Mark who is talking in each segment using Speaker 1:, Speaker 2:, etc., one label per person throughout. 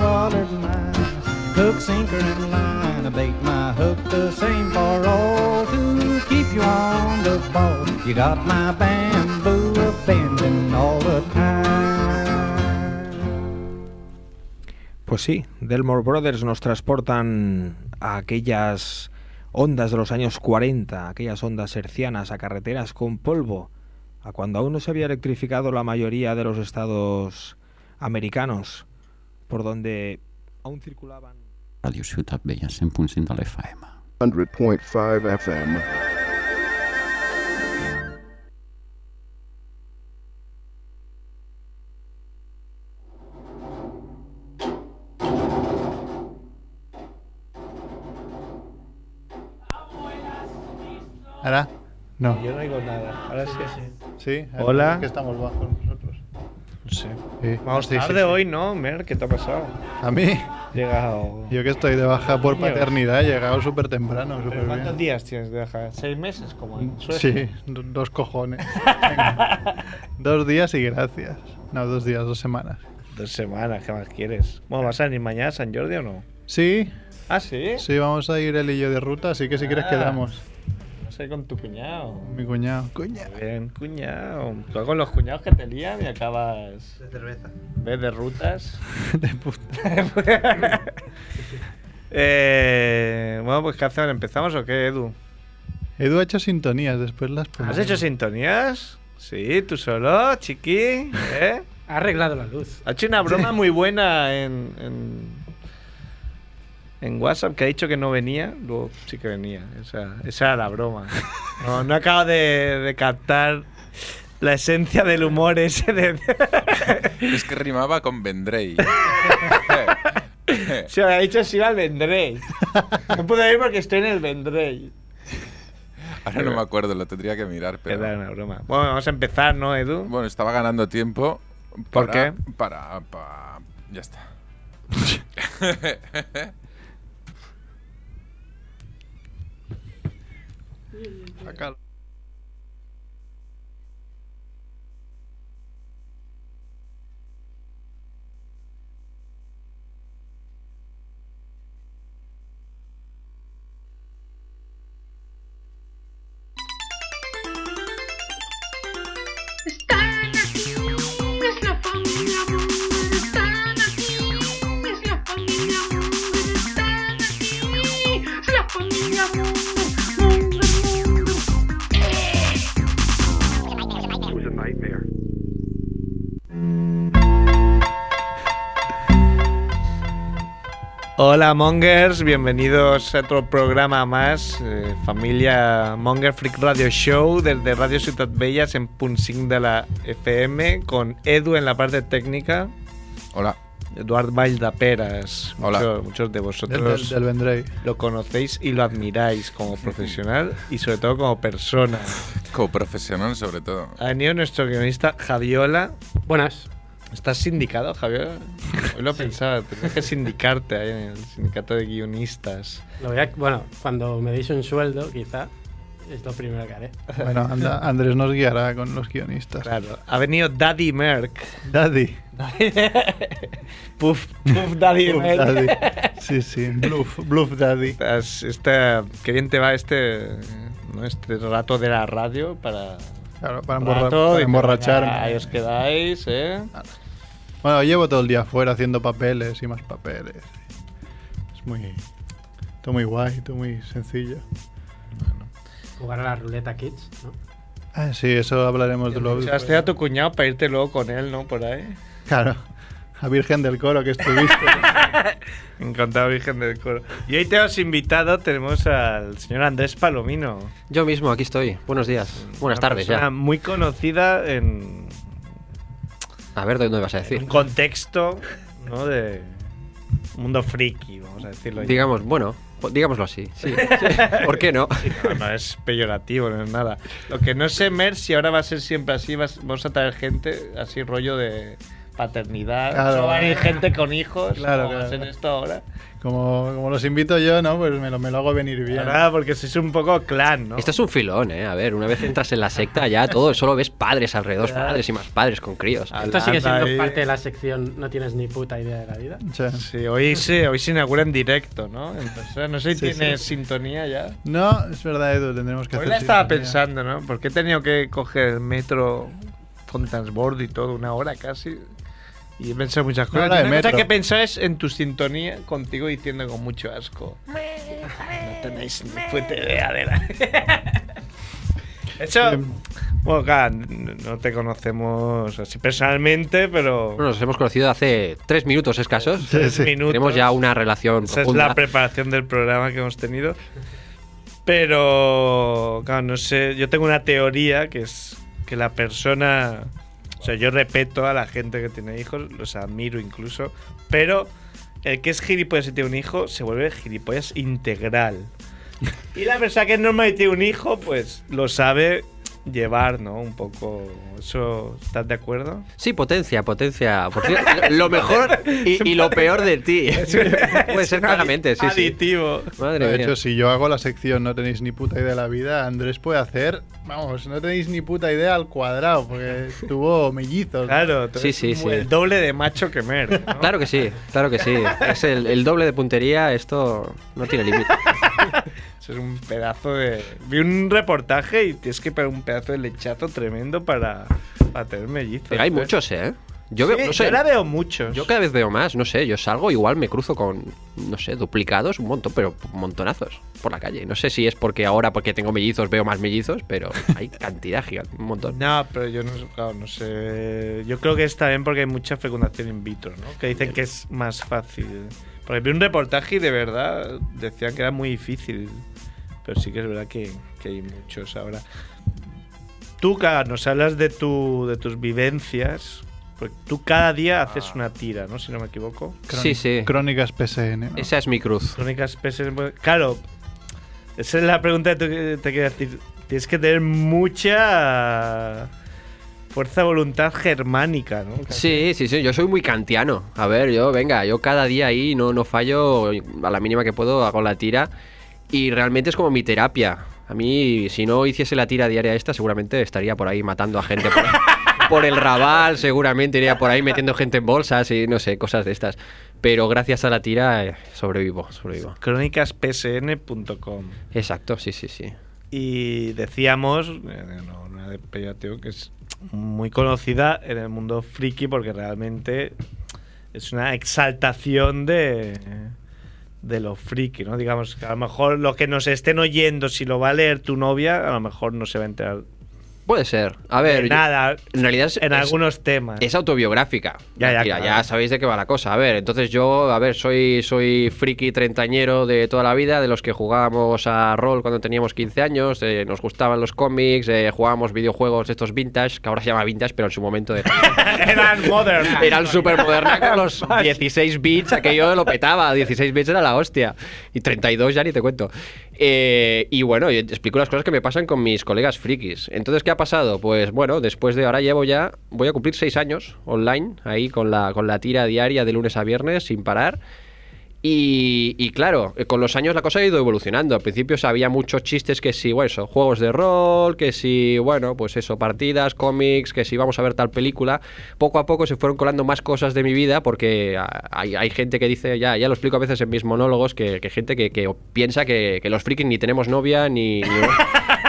Speaker 1: colored mine. Hook, sinker, and line. I bait my hook the same for all to keep you on the ball. You got my bamboo a bending all the time.
Speaker 2: Pues sí, Delmore Brothers nos transportan a aquellas ondas de los años 40, aquellas ondas hercianas a carreteras con polvo, a cuando aún no se había electrificado la mayoría de los estados americanos, por donde aún circulaban.
Speaker 3: Radio Ciutat Vella, 100.5 de la FM.
Speaker 4: 100.5 FM.
Speaker 5: ¿Ahora? No.
Speaker 6: Yo no oigo nada. Ahora sí.
Speaker 5: ¿Sí? ahora
Speaker 6: Hola.
Speaker 5: es Que estamos bajos nosotros.
Speaker 6: No sé.
Speaker 5: Sí.
Speaker 6: Vamos
Speaker 5: Sí, sí,
Speaker 6: tarde
Speaker 5: sí.
Speaker 6: hoy, ¿no, Mer? ¿Qué te ha pasado?
Speaker 5: A mí,
Speaker 6: Llegado.
Speaker 5: yo que estoy de baja por
Speaker 6: Coño.
Speaker 5: paternidad, he llegado súper temprano,
Speaker 6: ¿Pero
Speaker 5: súper
Speaker 6: ¿Cuántos
Speaker 5: bien.
Speaker 6: días tienes de dejar? ¿Seis meses? Como en Suecia.
Speaker 5: Sí, do- dos cojones. Venga. dos días y gracias. No, dos días, dos semanas.
Speaker 6: Dos semanas, ¿qué más quieres? Bueno, ¿vas a ir mañana a San Jordi o no?
Speaker 5: Sí,
Speaker 6: Ah, sí.
Speaker 5: sí, vamos a ir él y yo de ruta, así que si quieres
Speaker 6: Ah.
Speaker 5: quedamos.
Speaker 6: Vas a ir con tu cuñado.
Speaker 5: Mi cuñado. Cuñado.
Speaker 6: Bien, cuñado. Tú con los cuñados que te lían y acabas. De cerveza. ¿Ves de rutas?
Speaker 5: De puta.
Speaker 6: eh, bueno, pues ¿qué hacemos? ¿Empezamos o qué, Edu?
Speaker 5: Edu ha hecho sintonías, después las
Speaker 6: ¿Has
Speaker 5: ponemos.
Speaker 6: hecho sintonías? Sí, tú solo, chiqui. ¿eh?
Speaker 7: Ha arreglado la luz.
Speaker 6: Ha hecho una broma muy buena en, en, en WhatsApp que ha dicho que no venía, luego sí que venía. Esa, esa era la broma. No, no acabo de, de captar la esencia del humor ese de...
Speaker 8: Es que rimaba con Vendrey.
Speaker 6: Se ha dicho si iba al Vendrey. No pude ir porque estoy en el Vendrey.
Speaker 8: Ahora no me acuerdo, lo tendría que mirar, pero...
Speaker 6: Era una broma. Bueno, vamos a empezar, ¿no, Edu?
Speaker 8: Bueno, estaba ganando tiempo.
Speaker 6: ¿Por
Speaker 8: para-
Speaker 6: qué?
Speaker 8: Para, pa- Ya está.
Speaker 5: Acá.
Speaker 9: Están aquí, es la familia Bundes. Están aquí, es la familia Bundes. Están aquí, es la familia Bundes. Bundes, Bundes.
Speaker 6: Hola Mongers, bienvenidos a otro programa más, eh, familia Monger Freak Radio Show desde Radio Ciutat Bellas en Punsing de la FM con Edu en la parte técnica,
Speaker 8: Hola.
Speaker 6: Eduard Valdaperas.
Speaker 8: Hola.
Speaker 6: Muchos, muchos de vosotros
Speaker 5: Del, del, del Vendrey.
Speaker 6: lo conocéis y lo admiráis como profesional y sobre todo como persona.
Speaker 8: Como profesional, sobre todo.
Speaker 6: Ha venido nuestro guionista Javiola.
Speaker 7: Buenas.
Speaker 6: ¿Estás sindicado, Javiola? Hoy lo pensaba, tendrías que sindicarte ahí en el sindicato de guionistas.
Speaker 7: Lo voy a- bueno, cuando me deis un sueldo, quizá es lo primero que haré.
Speaker 5: Bueno, anda, Andrés nos guiará con los guionistas.
Speaker 6: Claro, ha venido Daddy Merck.
Speaker 5: Daddy.
Speaker 6: Puff, Puff Daddy
Speaker 5: Bluff
Speaker 6: Merck.
Speaker 5: Daddy. Sí, sí. Bluff, Bluff Daddy.
Speaker 6: Estás- está- qué bien te va este, ¿no? este rato de la radio para,
Speaker 5: Claro, para, emborra-
Speaker 6: rato
Speaker 5: para
Speaker 6: de-
Speaker 5: emborracharme. Ah,
Speaker 6: Ahí os quedáis, ¿eh?
Speaker 5: Bueno, llevo todo el día afuera haciendo papeles y más papeles. Es muy. Todo muy guay, todo muy sencillo.
Speaker 7: Jugar a la ruleta kids, ¿no?
Speaker 5: Ah, sí, eso hablaremos de luego.
Speaker 6: O sea, has tenido a tu cuñado para irte luego con él, ¿no? Por ahí.
Speaker 5: Claro. A Virgen del Coro que estuviste.
Speaker 6: Encantado, Virgen del Coro. Y hoy te hemos invitado, tenemos al señor Andrés Palomino.
Speaker 10: Yo mismo, aquí estoy. Buenos días. Buenas
Speaker 6: Una
Speaker 10: tardes
Speaker 6: persona
Speaker 10: ya.
Speaker 6: muy conocida en,
Speaker 10: A ver, ¿dónde me vas a
Speaker 6: en un
Speaker 10: decir?
Speaker 6: contexto, ¿no? De mundo friki, vamos a decirlo. ya.
Speaker 10: Digamos, bueno, po- digámoslo así. Sí. sí. ¿Por qué no?
Speaker 6: No, no es peyorativo, no es nada. Lo que no sé, Mer, si ahora va a ser siempre así, vas- vamos a traer gente así rollo de paternidad.
Speaker 1: Claro.
Speaker 6: No va a venir gente con hijos.
Speaker 1: Claro,
Speaker 6: como
Speaker 1: claro.
Speaker 6: hacen esto ahora.
Speaker 1: Como, como los invito yo, ¿no? Pues me lo, me lo hago venir bien.
Speaker 6: Ahora, porque sois un poco clan, ¿no?
Speaker 10: Esto es un filón, ¿eh? A ver, una vez entras en la secta ya todo, solo ves padres alrededor, padres y más padres con críos.
Speaker 7: Esto sigue
Speaker 6: Anda
Speaker 7: siendo
Speaker 6: ahí.
Speaker 7: parte de la sección No tienes ni puta idea de la vida.
Speaker 1: Sí.
Speaker 6: Sí, hoy se, hoy se inaugura en directo, ¿no? Entonces, no sé si
Speaker 1: Sí,
Speaker 6: tiene sintonía ya.
Speaker 1: No, es verdad, Edu, tendremos que
Speaker 6: Hoy
Speaker 1: hacer.
Speaker 6: Pues la estaba
Speaker 1: sintonía.
Speaker 6: pensando, ¿no? Porque he tenido que coger el metro con transbordo y todo, una hora casi. Y he pensado muchas cosas.
Speaker 1: hora
Speaker 6: Y
Speaker 1: de
Speaker 6: una cosa
Speaker 1: metro.
Speaker 6: que he pensado es en tu sintonía contigo diciendo con mucho asco. No tenéis ni puta idea de la. Eso.
Speaker 1: Em,
Speaker 6: Bueno, claro, no te conocemos así personalmente, pero.
Speaker 10: Bueno, nos hemos conocido hace tres minutos escasos.
Speaker 1: Sí, sí.
Speaker 6: minutos.
Speaker 10: Tenemos ya una relación
Speaker 6: Esa es
Speaker 10: profunda.
Speaker 6: la preparación del programa que hemos tenido. Pero, claro, no sé, yo tengo una teoría que es que la persona, o sea, yo respeto a la gente que tiene hijos, los admiro incluso, pero el que es gilipollas y tiene un hijo se vuelve gilipollas integral. Y la persona que es normal y tiene un hijo, pues lo sabe llevar, ¿no? Un poco. ¿Eso estás de acuerdo?
Speaker 10: Sí, potencia, potencia. Por cierto, lo mejor y, y lo peor de ti. Puede ser claramente, sí, sí.
Speaker 6: Aditivo.
Speaker 10: Madre
Speaker 1: De
Speaker 10: mía.
Speaker 1: hecho, si yo hago la sección No tenéis ni puta idea de la vida, Andrés puede hacer, vamos, no tenéis ni puta idea al cuadrado, porque tuvo mellizos.
Speaker 6: Claro,
Speaker 10: Sí, sí, sí.
Speaker 6: el doble de macho que Mer. ¿no?
Speaker 10: Claro que sí, claro que sí. Es el, el doble de puntería, esto no tiene límite.
Speaker 6: Eso es un pedazo de. Vi un reportaje y tienes que pegar un pedazo de lechazo tremendo para, para tener mellizos.
Speaker 10: Pero hay
Speaker 6: ¿eh?
Speaker 10: muchos, ¿eh? Yo, veo,
Speaker 6: Sí,
Speaker 10: no sé,
Speaker 6: yo la veo muchos.
Speaker 10: yo cada vez veo más, no sé, yo salgo, igual me cruzo con, no sé, duplicados, un montón, pero montonazos por la calle. No sé si es porque ahora, porque tengo mellizos, veo más mellizos, pero hay cantidad gigante, un montón.
Speaker 6: No, pero yo no, sé, claro, no sé. Yo creo que está bien porque hay mucha fecundación in vitro, ¿no? Que dicen que es más fácil. Porque vi un reportaje y de verdad decían que era muy difícil. Pero sí que es verdad que, que hay muchos ahora. Tú, Kaga, nos hablas de, tu, de tus vivencias. Porque tú cada día haces una tira, ¿no? Si no me equivoco.
Speaker 10: Sí, sí.
Speaker 1: Crónicas PSN. ¿no?
Speaker 10: Esa es mi cruz.
Speaker 6: Crónicas PSN. pues, Claro, esa es la pregunta que te- te quería decir. Tienes que tener mucha fuerza de voluntad germánica, ¿no?
Speaker 10: Sí, sí, sí, yo soy muy kantiano. A ver, yo, venga, yo cada día ahí no, no fallo, a la mínima que puedo hago la tira y realmente es como mi terapia. A mí, si no hiciese la tira diaria esta, seguramente estaría por ahí matando a gente por, por el rabal, seguramente iría por ahí metiendo gente en bolsas y no sé, cosas de estas. Pero gracias a la tira eh, sobrevivo, sobrevivo.
Speaker 6: Crónicaspsn.com.
Speaker 10: Exacto, sí, sí, sí.
Speaker 6: Y decíamos, eh, no, no era de peyorativo, que es muy conocida en el mundo friki porque realmente es una exaltación de, de lo friki, ¿no? Digamos que a lo mejor los que nos estén oyendo, si lo va a leer tu novia, a lo mejor no se va a enterar
Speaker 10: Puede ser. A ver,
Speaker 6: de
Speaker 10: yo-
Speaker 6: nada
Speaker 10: en realidad es-
Speaker 6: en
Speaker 10: es-
Speaker 6: algunos temas.
Speaker 10: Es autobiográfica.
Speaker 6: Ya, ya,
Speaker 10: Mira,
Speaker 6: claro.
Speaker 10: ya sabéis de qué va la cosa. A ver, entonces yo, a ver, soy, soy friki treintañero de toda la vida, de los que jugábamos a rol cuando teníamos 15 años, eh, nos gustaban los cómics, eh, jugábamos videojuegos de estos vintage, que ahora se llama vintage, pero en su momento era-
Speaker 6: Eran modern.
Speaker 10: eran súper modernos los 16 bits, aquello lo petaba, 16 bits era la hostia. Y 32 ya ni te cuento. Eh, y bueno, yo te explico las cosas que me pasan con mis colegas frikis. Entonces, ¿qué ha pasado? Pues bueno, después de ahora llevo ya, voy a cumplir 6 años online, ahí con la, con la tira diaria de lunes a viernes, sin parar. Y, y claro, eh, con los años la cosa ha ido evolucionando. Al principio había muchos chistes que si, bueno, eso, juegos de rol, que si, bueno, pues eso, partidas, cómics, que si vamos a ver tal película. Poco a poco se fueron colando más cosas de mi vida porque ah, hay, hay gente que dice, ya, ya lo explico a veces en mis monólogos, que, que gente que, que piensa que, que los frikis ni tenemos novia ni... ni-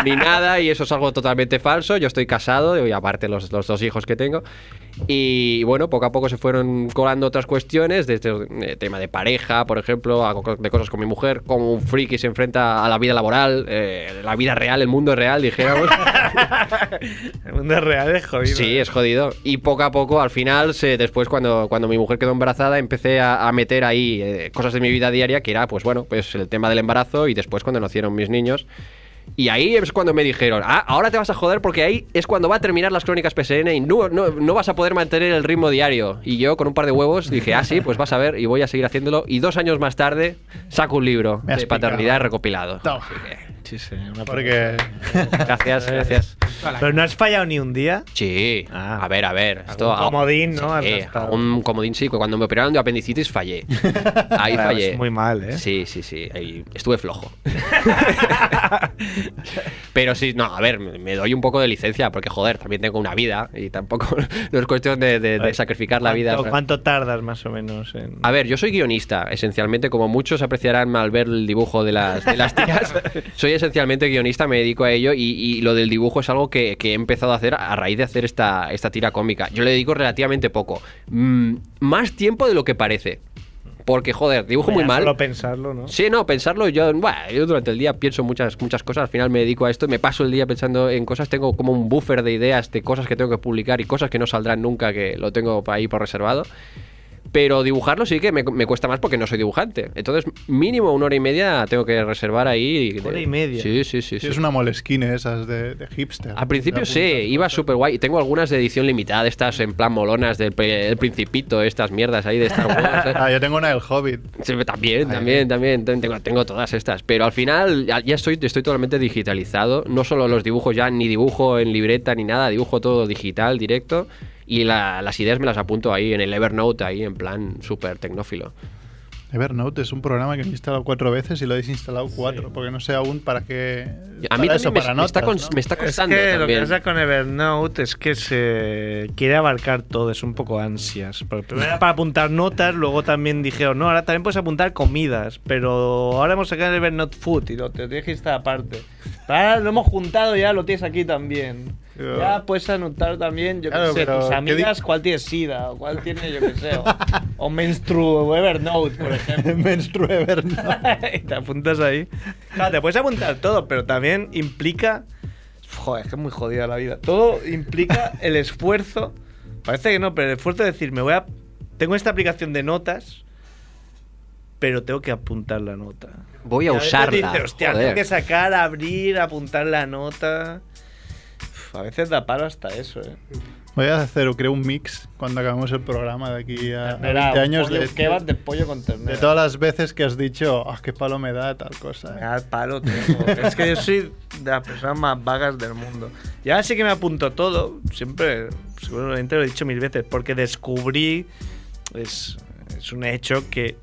Speaker 10: ni nada, y eso es algo totalmente falso. Yo estoy casado, y aparte los, los dos hijos que tengo. Y bueno, poco a poco se fueron colando otras cuestiones, desde el tema de pareja, por ejemplo, a co- de cosas con mi mujer, como un friki se enfrenta a la vida laboral, eh, la vida real, el mundo real, dijéramos.
Speaker 6: El mundo real es jodido. eh.
Speaker 10: Sí, es jodido. Y poco a poco, al final, se- después cuando, cuando mi mujer quedó embarazada, empecé a, a meter ahí eh, cosas de mi vida diaria, que era, pues bueno, pues el tema del embarazo y después cuando nacieron mis niños. Y ahí es cuando me dijeron, ah, ahora te vas a joder porque ahí es cuando va a terminar las crónicas PSN y no, no, no vas a poder mantener el ritmo diario. Y yo con un par de huevos dije, ah, sí, pues vas a ver y voy a seguir haciéndolo. Y dos años más tarde saco un libro
Speaker 1: Me has
Speaker 10: de paternidad
Speaker 1: picado.
Speaker 10: recopilado.
Speaker 1: Toma.
Speaker 10: Así que,
Speaker 6: Sí, sí, una
Speaker 1: Porque
Speaker 10: gracias, gracias.
Speaker 6: Pero no has fallado ni un día.
Speaker 10: Sí,
Speaker 6: Ah.
Speaker 10: a ver, a ver. Esto,
Speaker 6: Algún comodín, ¿no? Has
Speaker 10: Sí,
Speaker 6: gastado.
Speaker 10: algún comodín sí. Cuando me operaron de apendicitis fallé. Ahí
Speaker 6: Claro,
Speaker 10: fallé.
Speaker 6: es muy mal, ¿eh?
Speaker 10: Sí, sí, sí. ahí estuve flojo. Pero sí, no, a ver, me me doy un poco de licencia porque, joder, también tengo una vida y tampoco no es cuestión de, de- de
Speaker 6: Ay,
Speaker 10: sacrificar la vida.
Speaker 6: ¿Cuánto, cuánto tardas más o menos en.?
Speaker 10: A ver, yo soy guionista, esencialmente, como muchos apreciarán al ver el dibujo de las, de las tiras, soy esencialmente guionista, me dedico a ello y, y lo del dibujo es algo que, que he empezado a hacer a raíz de hacer esta, esta tira cómica. Yo le dedico relativamente poco, Mm, más tiempo de lo que parece, porque joder, dibujo muy
Speaker 6: Ya
Speaker 10: mal.
Speaker 6: Solo pensarlo, ¿no?
Speaker 10: Sí, no, pensarlo, yo, bueno, yo durante el día pienso muchas, muchas cosas, al final me dedico a esto, me paso el día pensando en cosas, tengo como un buffer de ideas, de cosas que tengo que publicar y cosas que no saldrán nunca, que lo tengo ahí por reservado. Pero dibujarlo sí que me, me cuesta más porque no soy dibujante. Entonces, mínimo una hora y media tengo que reservar ahí.
Speaker 6: Hora y media.
Speaker 10: Sí, sí, sí.
Speaker 5: Sí,
Speaker 10: sí.
Speaker 5: es una molesquine esas de, de hipster.
Speaker 10: Al principio
Speaker 5: Te
Speaker 10: sí,
Speaker 5: apuntas.
Speaker 10: iba súper guay. Tengo algunas de edición limitada, estas en plan molonas del pe- El Principito, estas mierdas ahí de Star Wars. ¿eh?
Speaker 5: Ah, yo tengo una del Hobbit.
Speaker 10: Sí, también, también, también. ten- Tengo, tengo todas estas. Pero al final ya ya estoy, estoy totalmente digitalizado. No solo los dibujos ya, ni dibujo en libreta ni nada. Dibujo todo digital, directo. Y la- las ideas me las apunto ahí en el Evernote, ahí en plan súper tecnófilo.
Speaker 5: Evernote es un programa que he instalado cuatro veces y lo he desinstalado cuatro, porque no sé aún para qué.
Speaker 10: A mí
Speaker 5: para
Speaker 10: también me, me está
Speaker 5: notas,
Speaker 10: cons-
Speaker 5: ¿no?
Speaker 10: me está
Speaker 6: Es
Speaker 10: costando
Speaker 6: que lo que
Speaker 10: también.
Speaker 6: pasa con Evernote es que se quiere abarcar todo, es un poco ansias. Porque primero era para apuntar notas, luego también dijeron, no, ahora también puedes apuntar comidas, pero ahora hemos sacado el Evernote Food y lo te tienes que estar aparte. Pero ahora lo hemos juntado ya, lo tienes aquí también.
Speaker 5: Yo-
Speaker 6: Ya puedes anotar también, yo
Speaker 5: Claro,
Speaker 6: qué sé,
Speaker 5: pero
Speaker 6: tus
Speaker 5: ¿qué
Speaker 6: amigas,
Speaker 5: di-
Speaker 6: cuál tiene SIDA, o cuál tiene, yo qué sé, o, o menstru, o Evernote, por ejemplo.
Speaker 5: Menstru Evernote.
Speaker 6: y te apuntas ahí. Claro, te puedes apuntar todo, pero también implica. Joder, es que es muy jodida la vida. Todo implica el esfuerzo. Parece que no, pero el esfuerzo de decir, me voy a. Tengo esta aplicación de notas, pero tengo que apuntar la nota.
Speaker 10: Voy a
Speaker 6: Y veces te
Speaker 10: usarla.
Speaker 6: dices, hostia,
Speaker 10: joder.
Speaker 6: tengo que sacar, abrir, apuntar la nota. Uf, a veces da paro hasta eso, ¿eh?
Speaker 5: Voy a hacer, creo, un mix cuando acabemos el programa de aquí a, a
Speaker 6: Ternera,
Speaker 5: 20 años
Speaker 6: pollo,
Speaker 5: de,
Speaker 6: kebab de pollo con ternera.
Speaker 5: de todas las veces que has dicho, ah, qué palo me da tal
Speaker 6: Me
Speaker 5: cosa.
Speaker 6: da el palo, tengo. es que yo soy de las personas más vagas del mundo. Y ahora sí que me apunto todo. Siempre, seguramente lo he dicho mil veces, porque descubrí, es, es un hecho que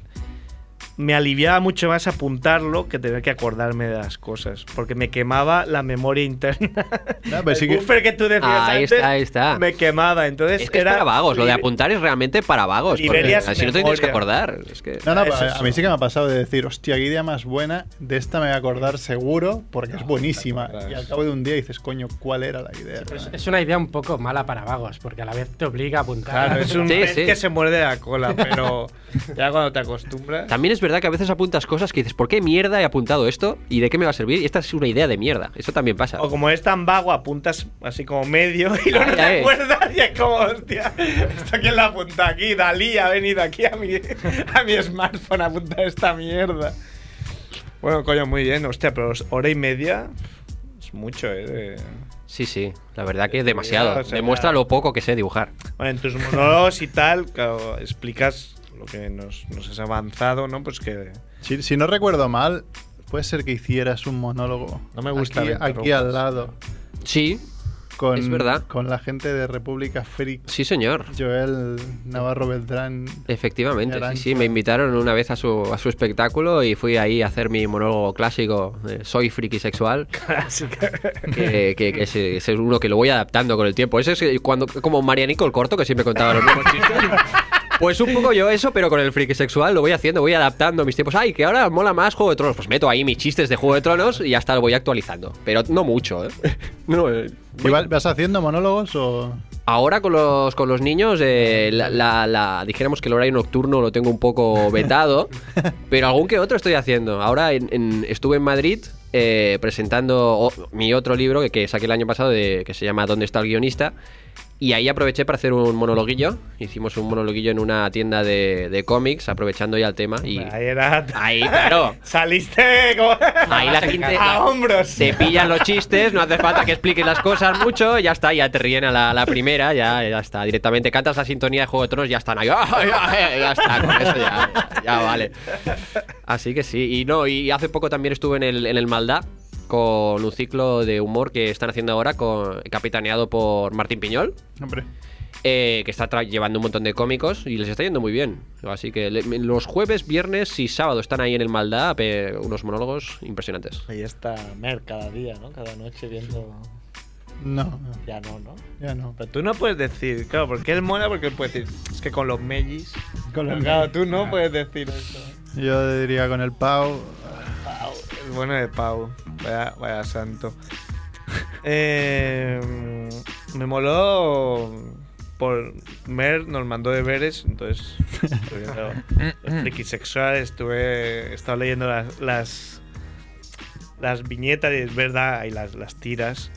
Speaker 6: me aliviaba mucho más apuntarlo que tener que acordarme de las cosas. Porque me quemaba la memoria interna.
Speaker 5: Ah, pero sí
Speaker 6: el
Speaker 5: que-
Speaker 6: buffer que tú decías
Speaker 10: Pues Ahí
Speaker 6: antes
Speaker 10: está, ahí está.
Speaker 6: me quemaba. Entonces
Speaker 10: Es que es
Speaker 6: era
Speaker 10: para vagos, lo de
Speaker 6: libre-
Speaker 10: apuntar es realmente para vagos. Porque,
Speaker 6: Liberias
Speaker 10: así no te tienes que
Speaker 6: memoria.
Speaker 10: acordar. Es que...
Speaker 5: No, no,
Speaker 6: Eso
Speaker 5: pero a
Speaker 6: es.
Speaker 5: a mí sí que me ha pasado de decir, hostia, qué idea más buena, de esta me voy a acordar seguro porque es buenísima.
Speaker 6: acordarás.
Speaker 5: Y al cabo de un día dices, coño, ¿cuál era la idea?
Speaker 11: Es, es una idea un poco mala para vagos, porque a la vez te obliga a apuntar.
Speaker 6: Claro, es un
Speaker 10: Sí,
Speaker 6: pez
Speaker 10: sí.
Speaker 6: que se muerde la cola, pero ya cuando te acostumbras.
Speaker 10: También es verdad que a veces apuntas cosas que dices, ¿por qué mierda he apuntado esto? ¿Y de qué me va a servir? Y esta es una idea de mierda. Eso también pasa.
Speaker 6: O como es tan vago, apuntas así como medio y luego no
Speaker 10: Ah, Ya
Speaker 6: te
Speaker 10: es.
Speaker 6: acuerdas y es como, hostia, ¿esto quién la apunta aquí? Dalí ha venido aquí a mi, a mi smartphone a apuntar esta mierda. Bueno, coño, muy bien, hostia, pero es hora y media es mucho, ¿eh? de-
Speaker 10: Sí, sí, la verdad que demasiado.
Speaker 6: O sea,
Speaker 10: Demuestra
Speaker 6: ya-
Speaker 10: lo poco que sé dibujar.
Speaker 6: Bueno, en tus monólogos y tal, claro, explicas lo que nos, nos has avanzado, ¿no? Pues que...
Speaker 5: Si, si no recuerdo mal, puede ser que hicieras un monólogo.
Speaker 6: No me gusta
Speaker 5: Aquí,
Speaker 6: la
Speaker 5: aquí
Speaker 6: interrupción.
Speaker 5: al lado.
Speaker 10: Sí,
Speaker 5: Con,
Speaker 10: Es verdad.
Speaker 5: Con la gente de República Freak.
Speaker 10: sí, señor.
Speaker 5: Joel Navarro Beltrán.
Speaker 10: Efectivamente, sí, sí.
Speaker 5: Arancha.
Speaker 10: Me invitaron una vez a su, a su espectáculo y fui ahí a hacer mi monólogo clásico, eh, Soy friki sexual, que, que- que es, es uno que lo voy adaptando con el tiempo. Eso es eh, cuando, como Marianico el corto, que siempre contaba los mismos chistes. Pues un poco yo eso, pero con el friki sexual lo voy haciendo, voy adaptando mis tiempos. Ay, que ahora mola más Juego de Tronos. Pues meto ahí mis chistes de Juego de Tronos y hasta lo voy actualizando. Pero no mucho, ¿eh? No, eh,
Speaker 5: ¿Y va- ¿Vas haciendo monólogos o.?
Speaker 10: Ahora con los, con los niños, eh, la, la- la- dijéramos que el horario nocturno lo tengo un poco vetado, pero algún que otro estoy haciendo. Ahora en- en- estuve en Madrid eh, presentando o- mi otro libro que, que saqué el año pasado, de- que se llama ¿Dónde está el guionista? Y ahí aproveché para hacer un monologuillo. Hicimos un monologuillo en una tienda de, de cómics, aprovechando ya el tema. Y
Speaker 6: Ahí era...
Speaker 10: ahí, claro.
Speaker 6: Saliste como...
Speaker 10: Ahí la gente-
Speaker 6: A hombros.
Speaker 10: Se pillan los chistes, no hace falta que expliques las cosas mucho, ya está, ya te ríen a la, la primera, ya, ya está, directamente cantas la sintonía de Juego de Tronos, ya están ahí, ¡ah, ya, ya está, con eso ya, ya vale. Así que sí, y no, y hace poco también estuve en el, en el Maldá, con un ciclo de humor que están haciendo ahora, con, capitaneado por Martín Piñol,
Speaker 5: Hombre.
Speaker 10: eh, que está tra- llevando un montón de cómicos y les está yendo muy bien. Así que le- los jueves, viernes y sábado están ahí en el Maldá eh, unos monólogos impresionantes.
Speaker 6: Ahí está Mer cada día, ¿no? Cada noche viendo.
Speaker 5: No, no,
Speaker 6: Ya no, ¿no?
Speaker 5: ya no.
Speaker 6: Pero tú no puedes decir, claro, porque él mola, porque él puede decir, es que con los mellis.
Speaker 5: Con los
Speaker 6: Pero claro, tú no puedes decir eso.
Speaker 5: Yo diría con el Pau.
Speaker 6: Pau, el bueno de Pau. Vaya, vaya santo. Eh, me moló. Por Mer nos mandó deberes, entonces. Estuve viendo los frikis sexuales, estuve. He estado leyendo las. las las viñetas y es verdad, y las, las tiras.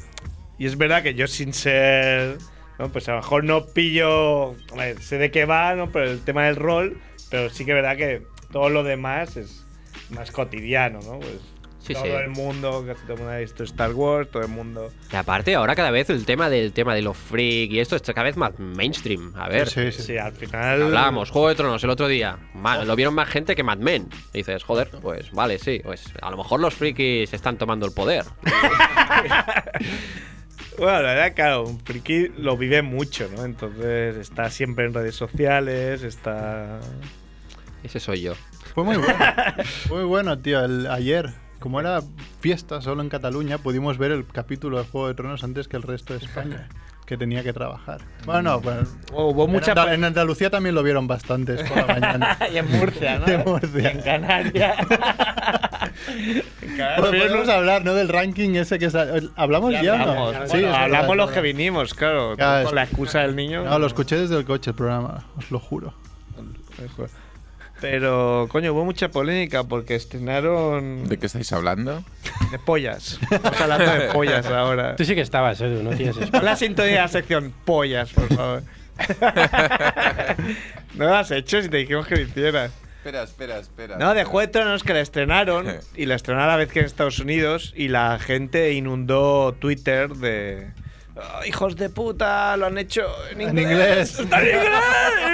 Speaker 6: Y es verdad que yo sin ser, ¿no? pues a lo mejor no pillo, a ver, sé de qué va, ¿no? pero el tema del rol, pero sí que es verdad que todo lo demás es más cotidiano, ¿no? Pues
Speaker 10: Sí,
Speaker 6: todo
Speaker 10: sí.
Speaker 6: el mundo, casi todo el mundo ha visto Star Wars, todo el mundo...
Speaker 10: Y aparte, ahora cada vez el tema del tema de los freak y esto está cada vez más mainstream. A ver.
Speaker 5: Sí, sí.
Speaker 6: Sí, al final...
Speaker 10: Hablamos, Juego de Tronos el otro día. Ma- lo vieron más gente que Mad Men. Y dices, joder, pues vale, sí. Pues a lo mejor los frikis están tomando el poder.
Speaker 6: Bueno, la verdad, claro, un friki lo vive mucho, ¿no? Entonces está siempre en redes sociales, está...
Speaker 10: Ese soy yo.
Speaker 5: Fue muy bueno. Fue muy bueno, tío. El, ayer, como era fiesta solo en Cataluña, pudimos ver el capítulo de Juego de Tronos antes que el resto de España, que tenía que trabajar. Bueno, no, bueno.
Speaker 6: hubo
Speaker 5: en Andal- en, Andalucía también lo vieron bastantes por la mañana.
Speaker 6: y en Murcia, ¿no?
Speaker 5: Ah, En Murcia.
Speaker 6: En Canarias. en
Speaker 5: Pod- Podemos
Speaker 6: Canarias.
Speaker 5: hablar, ¿no? Del ranking ese que sa- ¿Hablamos ya, o
Speaker 6: Hablamos,
Speaker 5: no?
Speaker 6: bueno,
Speaker 5: es verdad,
Speaker 6: hablamos
Speaker 5: es
Speaker 6: los que
Speaker 5: verdad.
Speaker 6: vinimos, claro.
Speaker 5: Claro, es-
Speaker 6: con la excusa del niño.
Speaker 5: No, lo escuché desde el coche el programa, os lo juro.
Speaker 6: Pero, coño, hubo mucha polémica porque estrenaron
Speaker 8: ¿De qué estáis hablando?
Speaker 6: de pollas. Estamos hablando de pollas ahora.
Speaker 2: Tú sí que estabas, Edu, no tienes
Speaker 6: Pon
Speaker 2: espacio.
Speaker 6: la sintonía de la sección pollas, por favor. no lo has hecho si te dijimos que lo hicieras.
Speaker 8: Espera, espera, espera.
Speaker 6: No, de Juego de Tronos que la estrenaron y la estrenaron a la vez que en Estados Unidos y la gente inundó Twitter de... "Oh, hijos de puta, lo han hecho en inglés.
Speaker 5: inglés.
Speaker 6: ¡Está en inglés!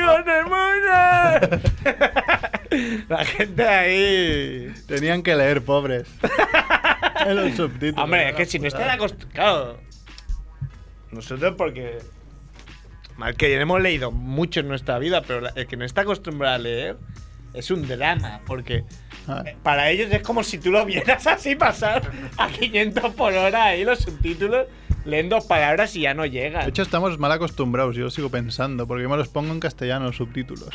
Speaker 6: ¡Hijos de puta! la gente ahí...
Speaker 5: Tenían que leer, pobres. en los subtítulos.
Speaker 6: Hombre, es que si no está la cost- Claro. Nosotros porque... Mal que bien, hemos leído mucho en nuestra vida, pero la- el que no está acostumbrado a leer es un drama, porque...
Speaker 5: Ah,
Speaker 6: Eh, Para ellos es como si tú lo vieras así pasar a 500 por hora ahí los subtítulos, leen dos palabras y ya no llegan.
Speaker 5: De hecho, estamos mal acostumbrados, yo sigo pensando, porque yo me los pongo en castellano los subtítulos.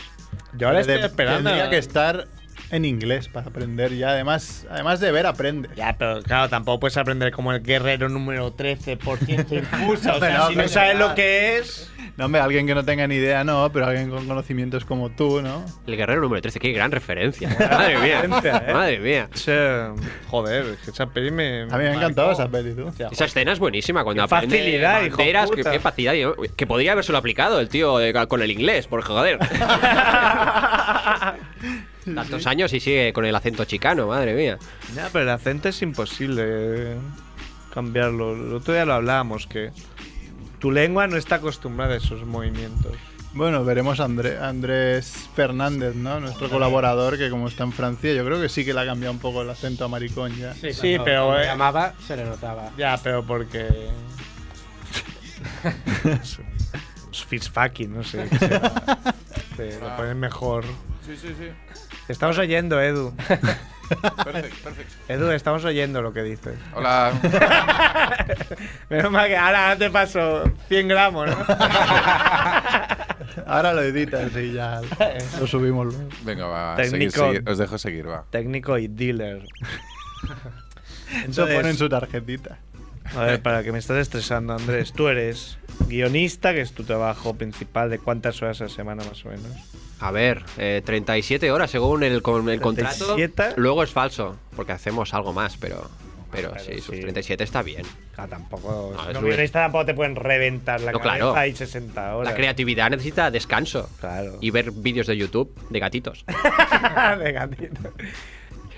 Speaker 6: yo ahora estoy
Speaker 5: De-
Speaker 6: esperando.
Speaker 5: Tendría que estar en inglés para aprender ya. Además, además de ver, aprende.
Speaker 6: Ya, pero claro, tampoco puedes aprender como el guerrero número 13 por ciento impulsa. O sea,
Speaker 5: No,
Speaker 6: si
Speaker 5: pero
Speaker 6: no sabes
Speaker 5: no.
Speaker 6: lo que es.
Speaker 5: No, hombre, alguien que no tenga ni idea, no, pero alguien con conocimientos como tú, ¿no?
Speaker 10: El guerrero número 13, qué gran referencia. Madre mía.
Speaker 6: referencia, ¿eh?
Speaker 10: Madre mía.
Speaker 6: joder, esa peli me.
Speaker 5: A mí me ha encantado esa peli, tú.
Speaker 10: Esa escena es buenísima cuando
Speaker 6: Qué
Speaker 10: aprende
Speaker 6: facilidad, hijo
Speaker 10: banderas,
Speaker 6: puta.
Speaker 10: qué, qué facilidad. Yo- Que podría habérselo aplicado el tío eh, con el inglés, por joder. Tantos años y sigue con el acento chicano, madre mía.
Speaker 6: Ya, pero el acento es imposible eh, cambiarlo. El otro día lo hablábamos, que tu lengua no está acostumbrada a esos movimientos.
Speaker 5: Bueno, veremos a André- Andrés Fernández, ¿no? Nuestro colaborador, que como está en Francia, yo creo que sí que le ha cambiado un poco el acento a maricón ya.
Speaker 6: Sí, pero,
Speaker 2: cuando
Speaker 6: eh.
Speaker 2: llamaba, se le notaba.
Speaker 6: Ya, pero porque. Es Fitzfaki, no sé. qué se llama. Sí, lo ponen mejor.
Speaker 8: Sí, sí, sí.
Speaker 6: Estamos oyendo, Edu.
Speaker 8: Perfecto, perfecto.
Speaker 6: Edu, estamos oyendo lo que dices.
Speaker 8: Hola.
Speaker 6: Menos mal que ahora ahora te paso 100 gramos, ¿no?
Speaker 5: Ahora lo editas y ya lo subimos luego.
Speaker 8: Venga, va.
Speaker 6: Técnico.
Speaker 8: Seguir, seguir. Os dejo seguir, va.
Speaker 6: Técnico y dealer.
Speaker 5: Eso pone en
Speaker 6: Entonces,
Speaker 5: su tarjetita.
Speaker 6: a ver, para que me estás estresando, Andrés. Tú eres guionista, que es tu trabajo principal, ¿de cuántas horas a la semana más o menos?
Speaker 10: A ver, eh, 37 horas según el, con el contrato.
Speaker 6: 37.
Speaker 10: Luego es falso, porque hacemos algo más, pero, pero sí, sus
Speaker 6: sí.
Speaker 10: 37 está bien.
Speaker 6: Ah, tampoco.
Speaker 10: No,
Speaker 6: No,
Speaker 10: es
Speaker 6: los
Speaker 10: muy-
Speaker 6: guionistas tampoco te pueden reventar la
Speaker 10: No,
Speaker 6: cabeza
Speaker 10: claro.
Speaker 6: y 60 horas.
Speaker 10: La creatividad necesita descanso
Speaker 6: Claro.
Speaker 10: y ver vídeos de YouTube de gatitos.
Speaker 6: de gatito.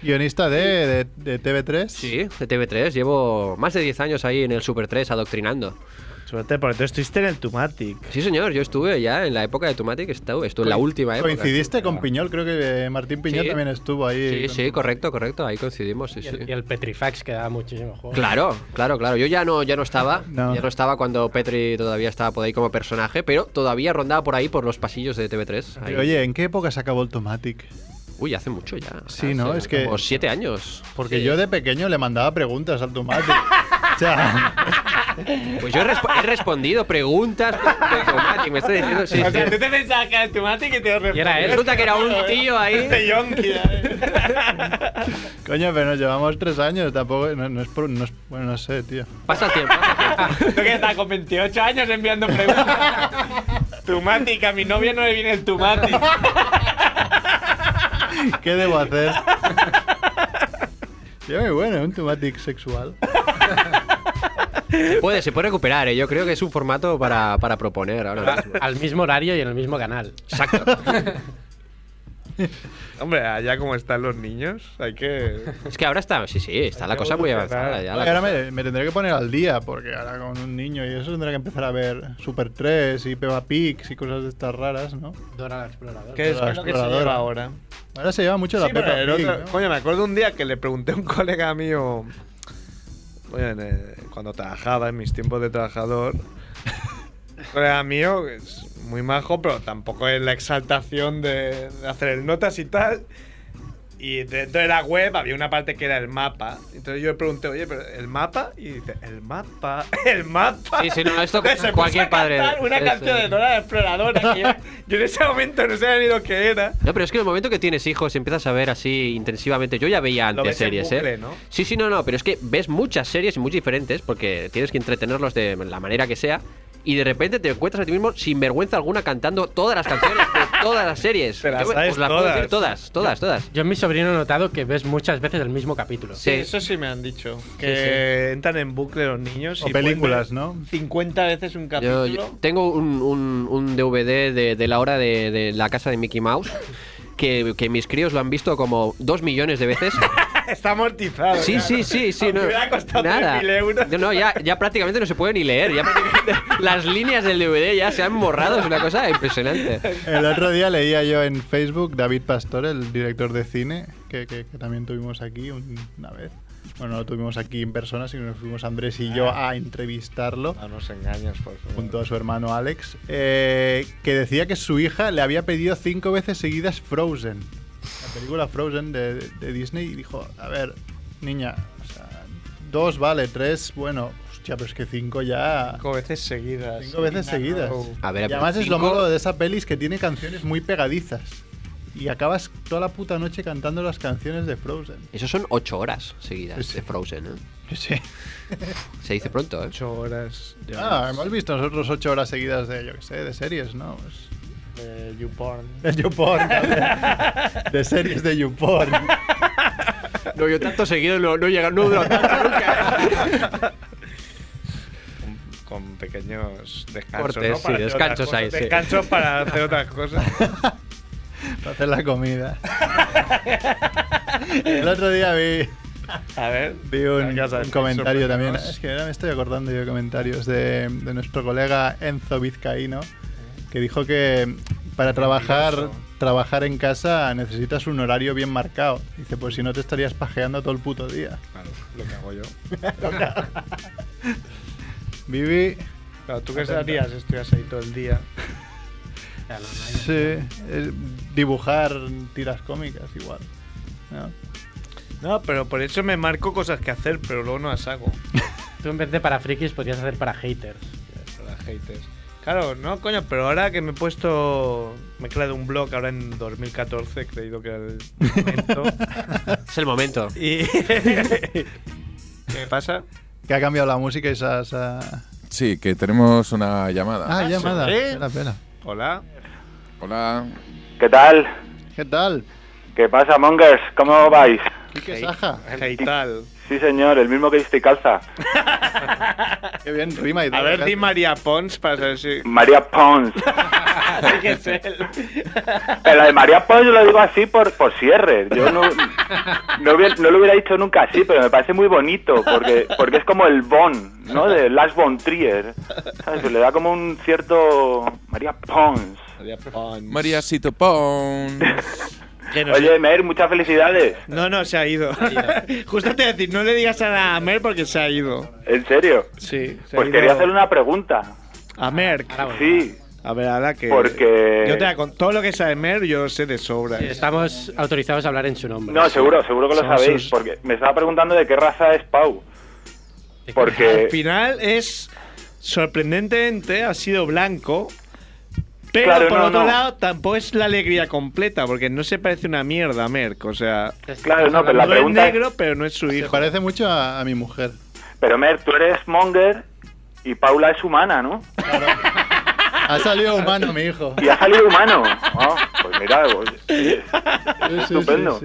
Speaker 5: Guionista de, de, de TV3.
Speaker 10: Sí, de TV3. Llevo más de 10 años ahí en el Super 3 adoctrinando.
Speaker 6: Suerte, porque tú estuviste en el Tumatic.
Speaker 10: Sí, señor, yo estuve ya en la época de Tomatic, estuve, estuve en la última época.
Speaker 5: Coincidiste con Piñol, creo que eh, Martín Piñol
Speaker 10: Sí.
Speaker 5: también estuvo
Speaker 10: Sí,
Speaker 5: ahí.
Speaker 10: sí, correcto, correcto, ahí coincidimos, sí,
Speaker 12: Y
Speaker 10: sí.
Speaker 12: el, y el Petrifax que daba muchísimo juego.
Speaker 10: Claro, claro, claro. Yo ya no, ya no estaba.
Speaker 5: No.
Speaker 10: Ya no estaba cuando Petri todavía estaba por ahí como personaje, pero todavía rondaba por ahí por los pasillos de TV3. Ahí.
Speaker 5: Oye, ¿en qué época se acabó el Tomatic?
Speaker 10: Uy, hace mucho ya.
Speaker 5: Sí,
Speaker 10: Hace
Speaker 5: ¿no? Es que-
Speaker 10: Como siete años.
Speaker 5: Porque
Speaker 10: Sí.
Speaker 5: yo de pequeño le mandaba preguntas al Tomatic. o sea,
Speaker 10: Pues yo he, resp- he respondido preguntas. de Tomatic, me está diciendo. Sí, sí.
Speaker 12: te pensabas que era el Tumatic y te lo
Speaker 10: Y era él. Resulta que era un tío ahí.
Speaker 12: eh.
Speaker 5: coño, pero nos llevamos tres años, tampoco. No, no es, por- no es- Bueno, no sé, tío.
Speaker 10: Pasa el tiempo. pasa el tiempo.
Speaker 12: Tú que estás con 28 años enviando preguntas. Tumatic, a mi novia no le viene el Tumatic.
Speaker 5: ¿Qué debo hacer? Tío, muy bueno, un Tomatic sexual.
Speaker 10: Se puede, se puede recuperar, ¿eh? yo creo que es un formato para, para proponer ahora mismo.
Speaker 12: Al mismo horario y en el mismo canal.
Speaker 10: Exacto.
Speaker 6: Hombre, allá como están los niños, hay que.
Speaker 10: Es que ahora está, sí, sí, está la cosa muy avanzada. ya la
Speaker 5: Ahora
Speaker 10: cosa-
Speaker 5: me, me tendré que poner al día, porque ahora con un niño y eso tendré que empezar a ver Super 3 y Peppa Pix y cosas de estas raras, ¿no?
Speaker 12: Dora la exploradora.
Speaker 6: ¿Qué es
Speaker 5: La
Speaker 6: lo que se
Speaker 5: exploradora.
Speaker 6: lleva ahora?
Speaker 5: Ahora se lleva mucho la
Speaker 6: Sí, pero
Speaker 5: Peppa
Speaker 6: el
Speaker 5: Pig.
Speaker 6: otro-
Speaker 5: ¿no?
Speaker 6: Coño, me acuerdo un día que le pregunté a un colega mío coño, en, eh, cuando trabajaba, en mis tiempos de trabajador. Un colega mío, que es muy majo, pero tampoco es la exaltación de, de hacer el notas y tal. Y dentro de la web había una parte que era el mapa. Entonces yo le pregunté, oye, pero ¿el mapa? Y dice, ¿el mapa? ¿El mapa?
Speaker 10: Sí, sí, no, esto
Speaker 6: Se puso
Speaker 10: cualquier
Speaker 6: a cantar
Speaker 10: padre- eh.
Speaker 6: Una
Speaker 10: sí,
Speaker 6: canción
Speaker 10: sí.
Speaker 6: de Dora la Exploradora. que yo, yo en ese momento no sabía ni lo que era.
Speaker 10: No, pero es que en el momento que tienes hijos empiezas a ver así intensivamente. Yo ya veía
Speaker 6: Lo
Speaker 10: antes
Speaker 6: ves en
Speaker 10: series,
Speaker 6: bucle,
Speaker 10: ¿eh?
Speaker 6: ¿no?
Speaker 10: Sí, sí, no, no, pero es que ves muchas series y muy diferentes porque tienes que entretenerlos de la manera que sea. Y de repente te encuentras a ti mismo sin vergüenza alguna cantando todas las canciones de todas las series.
Speaker 6: Te las
Speaker 10: Yo, pues,
Speaker 6: sabes
Speaker 10: puedo decir todas,
Speaker 6: todas.
Speaker 10: todas, todas.
Speaker 12: Yo en mi sobrino he notado que ves muchas veces el mismo capítulo.
Speaker 10: Sí.
Speaker 6: Sí, eso sí me han dicho. Que entran en bucle los niños.
Speaker 5: O
Speaker 6: y
Speaker 5: películas,
Speaker 6: pueden ver
Speaker 5: ¿no?
Speaker 6: 50 veces un
Speaker 10: Yo,
Speaker 6: capítulo.
Speaker 10: yo tengo un, un- un DVD de, de la hora de, de la casa de Mickey Mouse que, que mis críos lo han visto como dos millones de veces.
Speaker 6: Está amortizado.
Speaker 10: Sí,
Speaker 6: ya,
Speaker 10: sí,
Speaker 6: ¿no?
Speaker 10: sí, sí.
Speaker 6: Aunque
Speaker 10: No,
Speaker 6: hubiera costado
Speaker 10: nada.
Speaker 6: 3.000 euros.
Speaker 10: No, no, ya, ya prácticamente no se puede ni leer. ya prácticamente las líneas del DVD ya se han borrado. Es una cosa impresionante.
Speaker 5: El otro día leía yo en Facebook David Pastor, el director de cine, que, que- que también tuvimos aquí un- una vez. Bueno, no lo tuvimos aquí en persona, sino nos fuimos Andrés y yo
Speaker 6: Ah.
Speaker 5: a entrevistarlo
Speaker 6: No nos engañes, por favor.
Speaker 5: junto a su hermano Alex, eh, que decía que su hija le había pedido cinco veces seguidas Frozen, la película Frozen de, de Disney, y dijo, a ver, niña, o sea, dos vale, tres, bueno, hostia, pero es que cinco ya...
Speaker 6: Cinco veces seguidas. Ah,
Speaker 5: Cinco veces seguidas.
Speaker 10: A ver,
Speaker 5: Y además es lo
Speaker 10: cinco-
Speaker 5: malo de esa peli es que tiene canciones muy pegadizas. Y acabas toda la puta noche cantando las canciones de Frozen.
Speaker 10: Eso son ocho horas seguidas
Speaker 5: Sí.
Speaker 10: de Frozen. ¿eh?
Speaker 5: Sí.
Speaker 10: Se dice pronto, ¿eh?
Speaker 6: Ocho horas. de-
Speaker 5: Ah, hemos visto nosotros ocho horas seguidas de, yo qué sé, de series, ¿no? Pues-
Speaker 6: de YouPorn.
Speaker 5: De YouPorn. también. de series de YouPorn.
Speaker 10: No, yo tanto seguido no, no llega, no dura tanto nunca.
Speaker 6: Con- Con pequeños descansos.
Speaker 10: Cortes,
Speaker 6: ¿no?
Speaker 10: sí,
Speaker 6: Para hacer
Speaker 10: descansos
Speaker 6: otras
Speaker 10: ahí,
Speaker 6: cosas.
Speaker 10: sí.
Speaker 6: Descansos para hacer otras cosas.
Speaker 5: Para hacer la comida. El otro día vi,
Speaker 6: A ver.
Speaker 5: vi un,
Speaker 6: ya sabes, pues,
Speaker 5: un comentario también.
Speaker 6: sorpréndenos.
Speaker 5: Es que ahora me estoy acordando yo de comentarios de, de nuestro colega Enzo Vizcaíno, que dijo que para trabajar, trabajar en casa necesitas un horario bien marcado. Dice, pues si no te estarías pajeando todo el puto día.
Speaker 6: Claro, lo que hago yo.
Speaker 5: Vivi,
Speaker 6: Claro, ¿tú qué harías? Estuvieras ahí todo el día.
Speaker 5: sí, eh, dibujar tiras cómicas igual. ¿no?
Speaker 6: No, pero por eso me marco cosas que hacer, pero luego no las hago.
Speaker 12: Tú en vez de para frikis podrías hacer para haters.
Speaker 6: Para haters. Claro, no, coño, pero ahora que me he puesto. Me he creado un blog ahora en 2014, he creído que era el momento.
Speaker 10: es el momento.
Speaker 6: y. ¿Qué pasa?
Speaker 5: Que ha cambiado la música y esas... ah,
Speaker 8: Sí, que tenemos una llamada.
Speaker 5: Ah, llamada.
Speaker 6: ¿sí?
Speaker 5: Espera, espera.
Speaker 6: Hola.
Speaker 8: Hola.
Speaker 1: ¿Qué tal?
Speaker 5: ¿Qué tal?
Speaker 1: ¿Qué pasa, Mongers? ¿Cómo vais?
Speaker 5: Quique Saja.
Speaker 6: ¿Qué tal?
Speaker 5: Sí, señor, el mismo que viste calza.
Speaker 1: Qué bien, rima y
Speaker 6: A
Speaker 1: todo,
Speaker 6: ver,
Speaker 1: gracias.
Speaker 6: di María Pons para saber si.
Speaker 5: María Pons.
Speaker 6: Así que es él.
Speaker 5: Pero Eh, la de María Pons yo lo digo así por, por cierre. Yo no, no, hubiera- no lo hubiera dicho nunca así, pero me parece muy bonito porque, porque es como el Bon, ¿no? De Lars von Trier. ¿Sabes? Se le da como un cierto. María Pons.
Speaker 6: María Pons.
Speaker 8: María Sito Pons.
Speaker 5: Oye, Mer, muchas felicidades.
Speaker 6: No, no, se ha ido. Justo te iba a decir, no le digas a la Mer porque se ha ido.
Speaker 5: ¿En serio?
Speaker 6: Sí. se ha
Speaker 5: Pues
Speaker 6: ido Ah,
Speaker 5: quería hacer una pregunta.
Speaker 6: A Mer.
Speaker 5: Sí.
Speaker 6: A ver, ahora que.
Speaker 5: Porque-
Speaker 6: Yo te la con- todo lo que sabe Mer, yo sé de sobra.
Speaker 13: Estamos autorizados a hablar en su nombre.
Speaker 5: No, seguro, seguro que lo
Speaker 6: Somos
Speaker 5: sabéis,
Speaker 6: sus-
Speaker 5: porque me estaba preguntando de qué raza es Pau. Porque.
Speaker 6: Al final es. Sorprendentemente ha sido blanco. Pero
Speaker 5: Claro,
Speaker 6: por
Speaker 5: no,
Speaker 6: otro
Speaker 5: no.
Speaker 6: lado, tampoco es la alegría completa, porque no se parece una mierda a Merck. O sea.
Speaker 5: Claro, no, pero la pregunta
Speaker 6: es
Speaker 5: es-
Speaker 6: negro, pero no es su hijo.
Speaker 1: Parece mucho a, a mi mujer.
Speaker 5: Pero Mer, tú eres monger y Paula es humana, ¿no?
Speaker 1: Ha salido humano mi hijo.
Speaker 5: Y ha salido humano. Ah, pues mira, oye, oye, estupendo.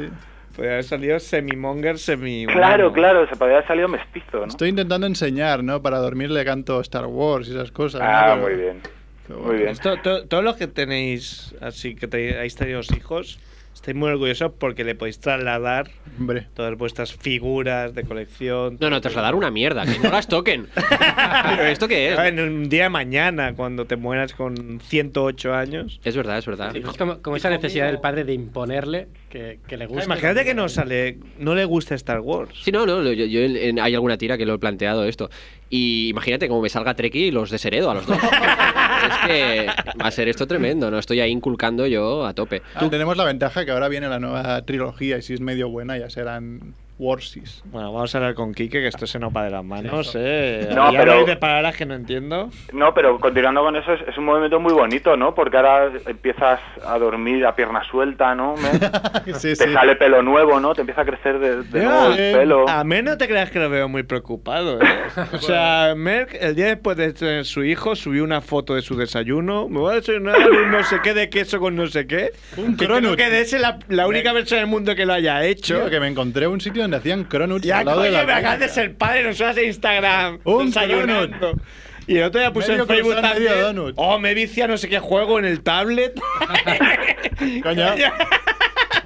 Speaker 6: Podría haber salido semi-monger, semi.
Speaker 5: Claro, claro, se podría haber salido mestizo, ¿no?
Speaker 1: Estoy intentando enseñar, ¿no? Para dormir le canto Star Wars y esas cosas. ¿no?
Speaker 5: Ah,
Speaker 1: Pero-
Speaker 5: muy bien.
Speaker 1: pero
Speaker 5: Muy
Speaker 1: bueno.
Speaker 5: bien.
Speaker 6: Esto- Pues to- todos los que tenéis, así que te- habéis tenido hijos, estáis muy orgullosos porque le podéis trasladar
Speaker 1: pues, Hombre.
Speaker 6: todas vuestras figuras de colección.
Speaker 10: No, no, trasladar una mierda, que no las toquen. ¿Pero esto qué es?
Speaker 6: En un día de mañana, cuando te mueras con 108 años.
Speaker 10: Es verdad, es verdad.
Speaker 13: Sí, es como, como esa necesidad del padre de imponerle que, que le guste.
Speaker 6: Imagínate que no sale, no le gusta Star Wars.
Speaker 10: Sí, no, no, yo, yo en- en- hay alguna tira que lo he planteado esto. Y imagínate cómo me salga Treki y los desheredo a los dos. es que va a ser esto tremendo, ¿no? Estoy ahí inculcando yo a tope.
Speaker 1: Ah, tenemos la ventaja que ahora viene la nueva trilogía y si es medio buena ya serán Warsis.
Speaker 6: Bueno, vamos a hablar con Quique, que esto se nos va de las manos, ¿eh?
Speaker 5: No,
Speaker 6: Y
Speaker 5: pero-
Speaker 6: habláis de palabras que no entiendo.
Speaker 5: No, pero continuando con eso, es, es un movimiento muy bonito, ¿no? Porque ahora empiezas a dormir a pierna suelta, ¿no? Mer?
Speaker 1: Sí,
Speaker 5: Te
Speaker 1: sí.
Speaker 5: sale pelo nuevo, ¿no? Te empieza a crecer de, de nuevo el
Speaker 6: Eh,
Speaker 5: pelo.
Speaker 6: A Mer no te creas que lo veo muy preocupado. ¿eh? O sea, Merck, el día después de tener su hijo, subió una foto de su desayuno. Me voy a desayunar un no sé qué de queso con no sé qué. Un que creo
Speaker 1: cronut.
Speaker 6: que de ese la, la única persona del mundo que lo haya hecho.
Speaker 1: Tío, que me encontré un sitio donde hacían cronuts
Speaker 6: Ya,
Speaker 1: al lado
Speaker 6: coño,
Speaker 1: de la
Speaker 6: me acabas de
Speaker 1: playa.
Speaker 6: ser padre, nosotros en Instagram.
Speaker 1: Un
Speaker 6: desayunando. Y el otro día puse
Speaker 1: Medio
Speaker 6: en Facebook
Speaker 1: croissant, medio
Speaker 6: también.
Speaker 1: donut.
Speaker 6: Oh, me vicia no sé qué juego en el tablet.
Speaker 1: Coño.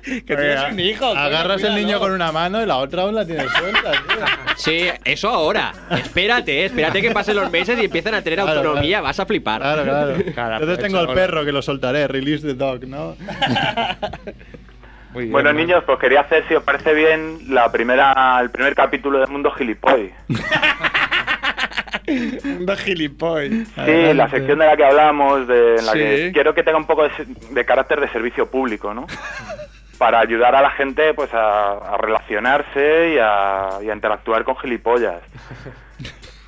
Speaker 6: que tienes un hijo. coño,
Speaker 1: Agarras el niño
Speaker 6: cuídalo.
Speaker 1: con una mano y la otra aún la tienes suelta, tío.
Speaker 10: Sí, eso ahora. Espérate, eh, espérate que pasen los meses y empiezan a tener
Speaker 1: Claro,
Speaker 10: autonomía,
Speaker 1: claro.
Speaker 10: vas a flipar.
Speaker 1: Claro, claro.
Speaker 6: Cara,
Speaker 1: Entonces
Speaker 6: pues,
Speaker 1: tengo el
Speaker 6: hola.
Speaker 1: perro que lo soltaré, release the dog, ¿no?
Speaker 6: Muy bien,
Speaker 5: Bueno,
Speaker 6: Merck.
Speaker 5: niños, pues quería hacer, si os parece bien, la primera, el primer capítulo de Mundo Gilipoy.
Speaker 6: Mundo gilipollas.
Speaker 5: Sí, la sección de la que hablamos, de en la
Speaker 6: Sí.
Speaker 5: que quiero que tenga un poco de, se- de carácter de servicio público, ¿no? Para ayudar a la gente pues a, a relacionarse y a, y a interactuar con gilipollas.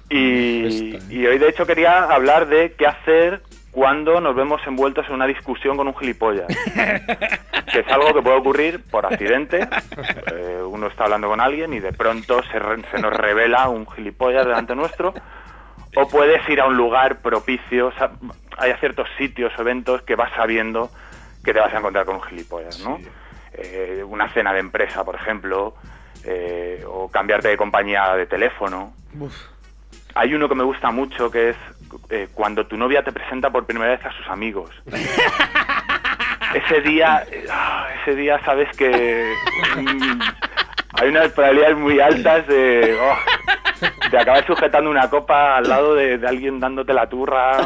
Speaker 5: Y, y hoy de hecho quería hablar de qué hacer cuando nos vemos envueltos en una discusión con un gilipollas. que es algo que puede ocurrir por accidente. Eh, uno está hablando con alguien y de pronto se, re- se nos revela un gilipollas delante nuestro. O puedes ir a un lugar propicio. o sea, hay ciertos sitios o eventos que vas sabiendo que te vas a encontrar con un gilipollas, ¿no? Eh, una cena de empresa, por ejemplo, eh, o cambiarte de compañía de teléfono. Hay uno que me gusta mucho que es eh, cuando tu novia te presenta por primera vez a sus amigos. ese día, eh, ah, ese día sabes que mm, hay unas probabilidades muy altas de, oh, de acabar sujetando una copa al lado de, de alguien dándote la turra.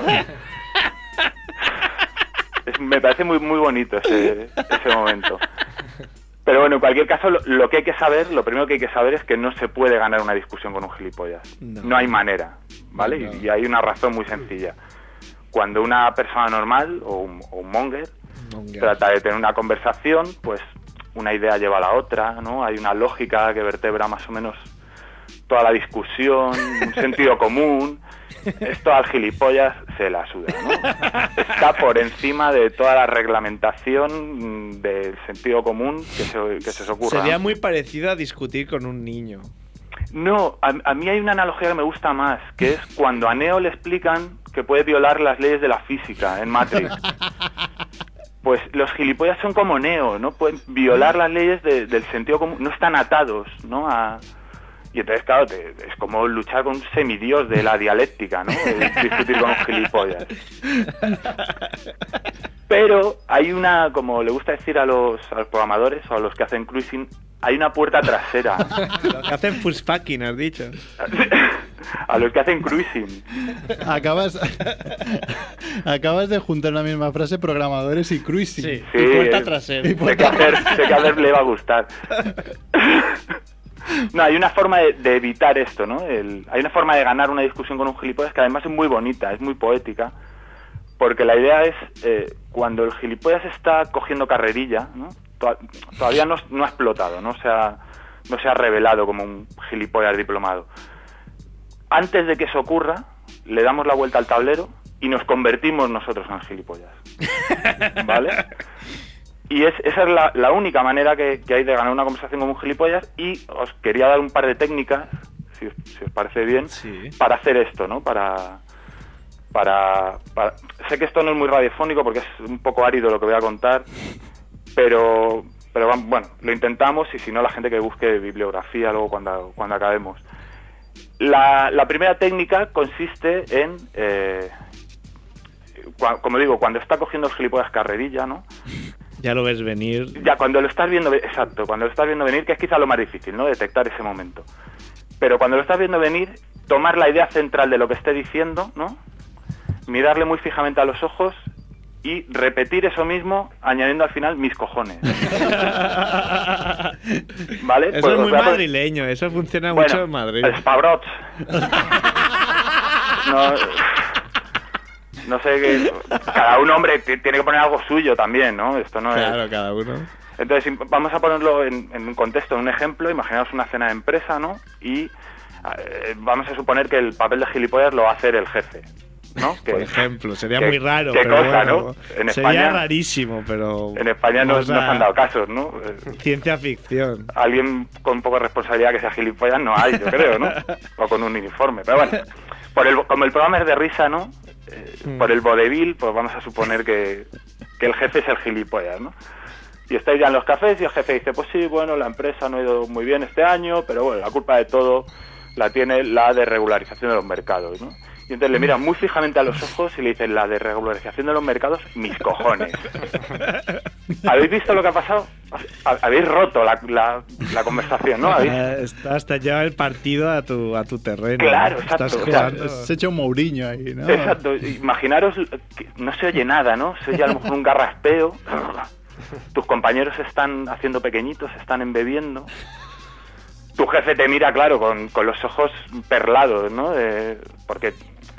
Speaker 5: Es- me parece muy muy bonito ese, ese momento. Pero bueno, en cualquier caso, lo, lo que hay que saber, lo primero que hay que saber es que no se puede ganar una discusión con un gilipollas.
Speaker 6: No.
Speaker 5: No, hay manera, ¿vale? Y- Y, hay una razón muy sencilla. Cuando una persona normal o un, o un monger trata de tener una conversación, pues una idea lleva a la otra, ¿no? Hay una lógica que vertebra más o menos toda la discusión, un sentido común. Esto al gilipollas se la suda, ¿no? Está por encima de toda la reglamentación mm, del sentido común que se, que se os ocurra.
Speaker 6: Sería muy parecido a discutir con un niño.
Speaker 5: No, a, a mí hay una analogía que me gusta más, que es cuando a Neo le explican que puede violar las leyes de la física en Matrix. Pues los gilipollas son como Neo, ¿no? Pueden violar las leyes de- del sentido común, no están atados, ¿no? A, Y entonces, claro, te- es como luchar con un semidios de la dialéctica, ¿no? Es discutir con un gilipollas. Pero hay una, como le gusta decir a los, a los programadores o a los que hacen cruising, hay una puerta trasera.
Speaker 6: Lo que hacen fullfucking, has dicho.
Speaker 5: A los que hacen cruising.
Speaker 1: Acabas, acabas de juntar en la misma frase programadores y cruising. Sí,
Speaker 5: Sí, eh,
Speaker 1: Y
Speaker 5: Sé
Speaker 1: puerta
Speaker 5: que, a Fer, sé que a Fer le va a gustar. No, hay una forma de, de evitar esto, ¿no? El- hay una forma de ganar una discusión con un gilipollas que además es muy bonita, es muy poética, porque la idea es eh, cuando el gilipollas está cogiendo carrerilla, ¿no? To- todavía no, no ha explotado, no se ha, no se ha revelado como un gilipollas diplomado. Antes de que eso ocurra, le damos la vuelta al tablero y nos convertimos nosotros en gilipollas. ¿Vale? Y es, esa es la, la única manera que, que hay de ganar una conversación con un gilipollas y os quería dar un par de técnicas, si, os- si os parece bien, para hacer esto, ¿no? Para, para, para- Sé que esto no es muy radiofónico porque es un poco árido lo que voy a contar, pero, pero vam- bueno, lo intentamos y si no la gente que busque bibliografía luego cuando, cuando acabemos. La, la primera técnica consiste en... eh, cua- como digo, cuando está cogiendo el gilipollas carrerilla, ¿no?
Speaker 6: Ya lo ves venir.
Speaker 5: Ya, cuando lo estás viendo, ve- exacto, cuando lo estás viendo venir, que es quizá lo más difícil, ¿no? Detectar ese momento. Pero cuando lo estás viendo venir, tomar la idea central de lo que esté diciendo, ¿no? Mirarle muy fijamente a los ojos y repetir eso mismo, añadiendo al final mis cojones. ¿Vale?
Speaker 6: Eso
Speaker 5: Pues os
Speaker 6: es muy
Speaker 5: voy a poner-
Speaker 6: madrileño, eso funciona
Speaker 5: Bueno,
Speaker 6: mucho en Madrid.
Speaker 5: Spabrots. No, no sé qué. Cada un hombre t- tiene que poner algo suyo también, ¿no? Esto no es.
Speaker 6: Claro, cada uno.
Speaker 5: Entonces, im- vamos a ponerlo en, en un contexto, en un ejemplo. Imaginaos una cena de empresa, ¿no? Y eh, vamos a suponer que el papel de gilipollas lo va a hacer el jefe, ¿no? Que-
Speaker 6: Por ejemplo, sería
Speaker 5: qué-
Speaker 6: muy raro.
Speaker 5: qué
Speaker 6: pero
Speaker 5: cosa,
Speaker 6: bueno,
Speaker 5: ¿no? En
Speaker 6: sería
Speaker 5: España-
Speaker 6: rarísimo, pero.
Speaker 5: en España no,
Speaker 6: vamos
Speaker 5: nos
Speaker 6: a-
Speaker 5: han dado casos, ¿no? Eh,
Speaker 6: Ciencia ficción.
Speaker 5: alguien con poco de responsabilidad que sea gilipollas no hay, yo creo, ¿no? O con un uniforme. Pero bueno, por el, como el programa es de risa, ¿no? Eh, por el vodevil, pues vamos a suponer que, que el jefe es el gilipollas, ¿no? Y estáis ya en los cafés y el jefe dice, pues sí, bueno, la empresa no ha ido muy bien este año, pero bueno, la culpa de todo la tiene la desregularización de los mercados, ¿no? Y entonces le miran muy fijamente a los ojos y le dicen, la desregularización de los mercados, mis cojones. ¿Habéis visto lo que ha pasado? Ha- Habéis roto la, la- la conversación, ¿no? Habéis-
Speaker 6: Eh, está- Hasta lleva el partido a tu, a tu terreno.
Speaker 5: Claro,
Speaker 6: ¿no?
Speaker 5: exacto,
Speaker 6: Estás
Speaker 5: o sea,
Speaker 6: jugando.
Speaker 1: Se ha hecho un Mourinho ahí, ¿no?
Speaker 5: Exacto, imaginaros que no se oye nada, ¿no? Se oye a lo mejor un garraspeo. Tus compañeros se están haciendo pequeñitos, se están embebiendo. Tu jefe te mira, claro, con, con los ojos perlados, ¿no? De- porque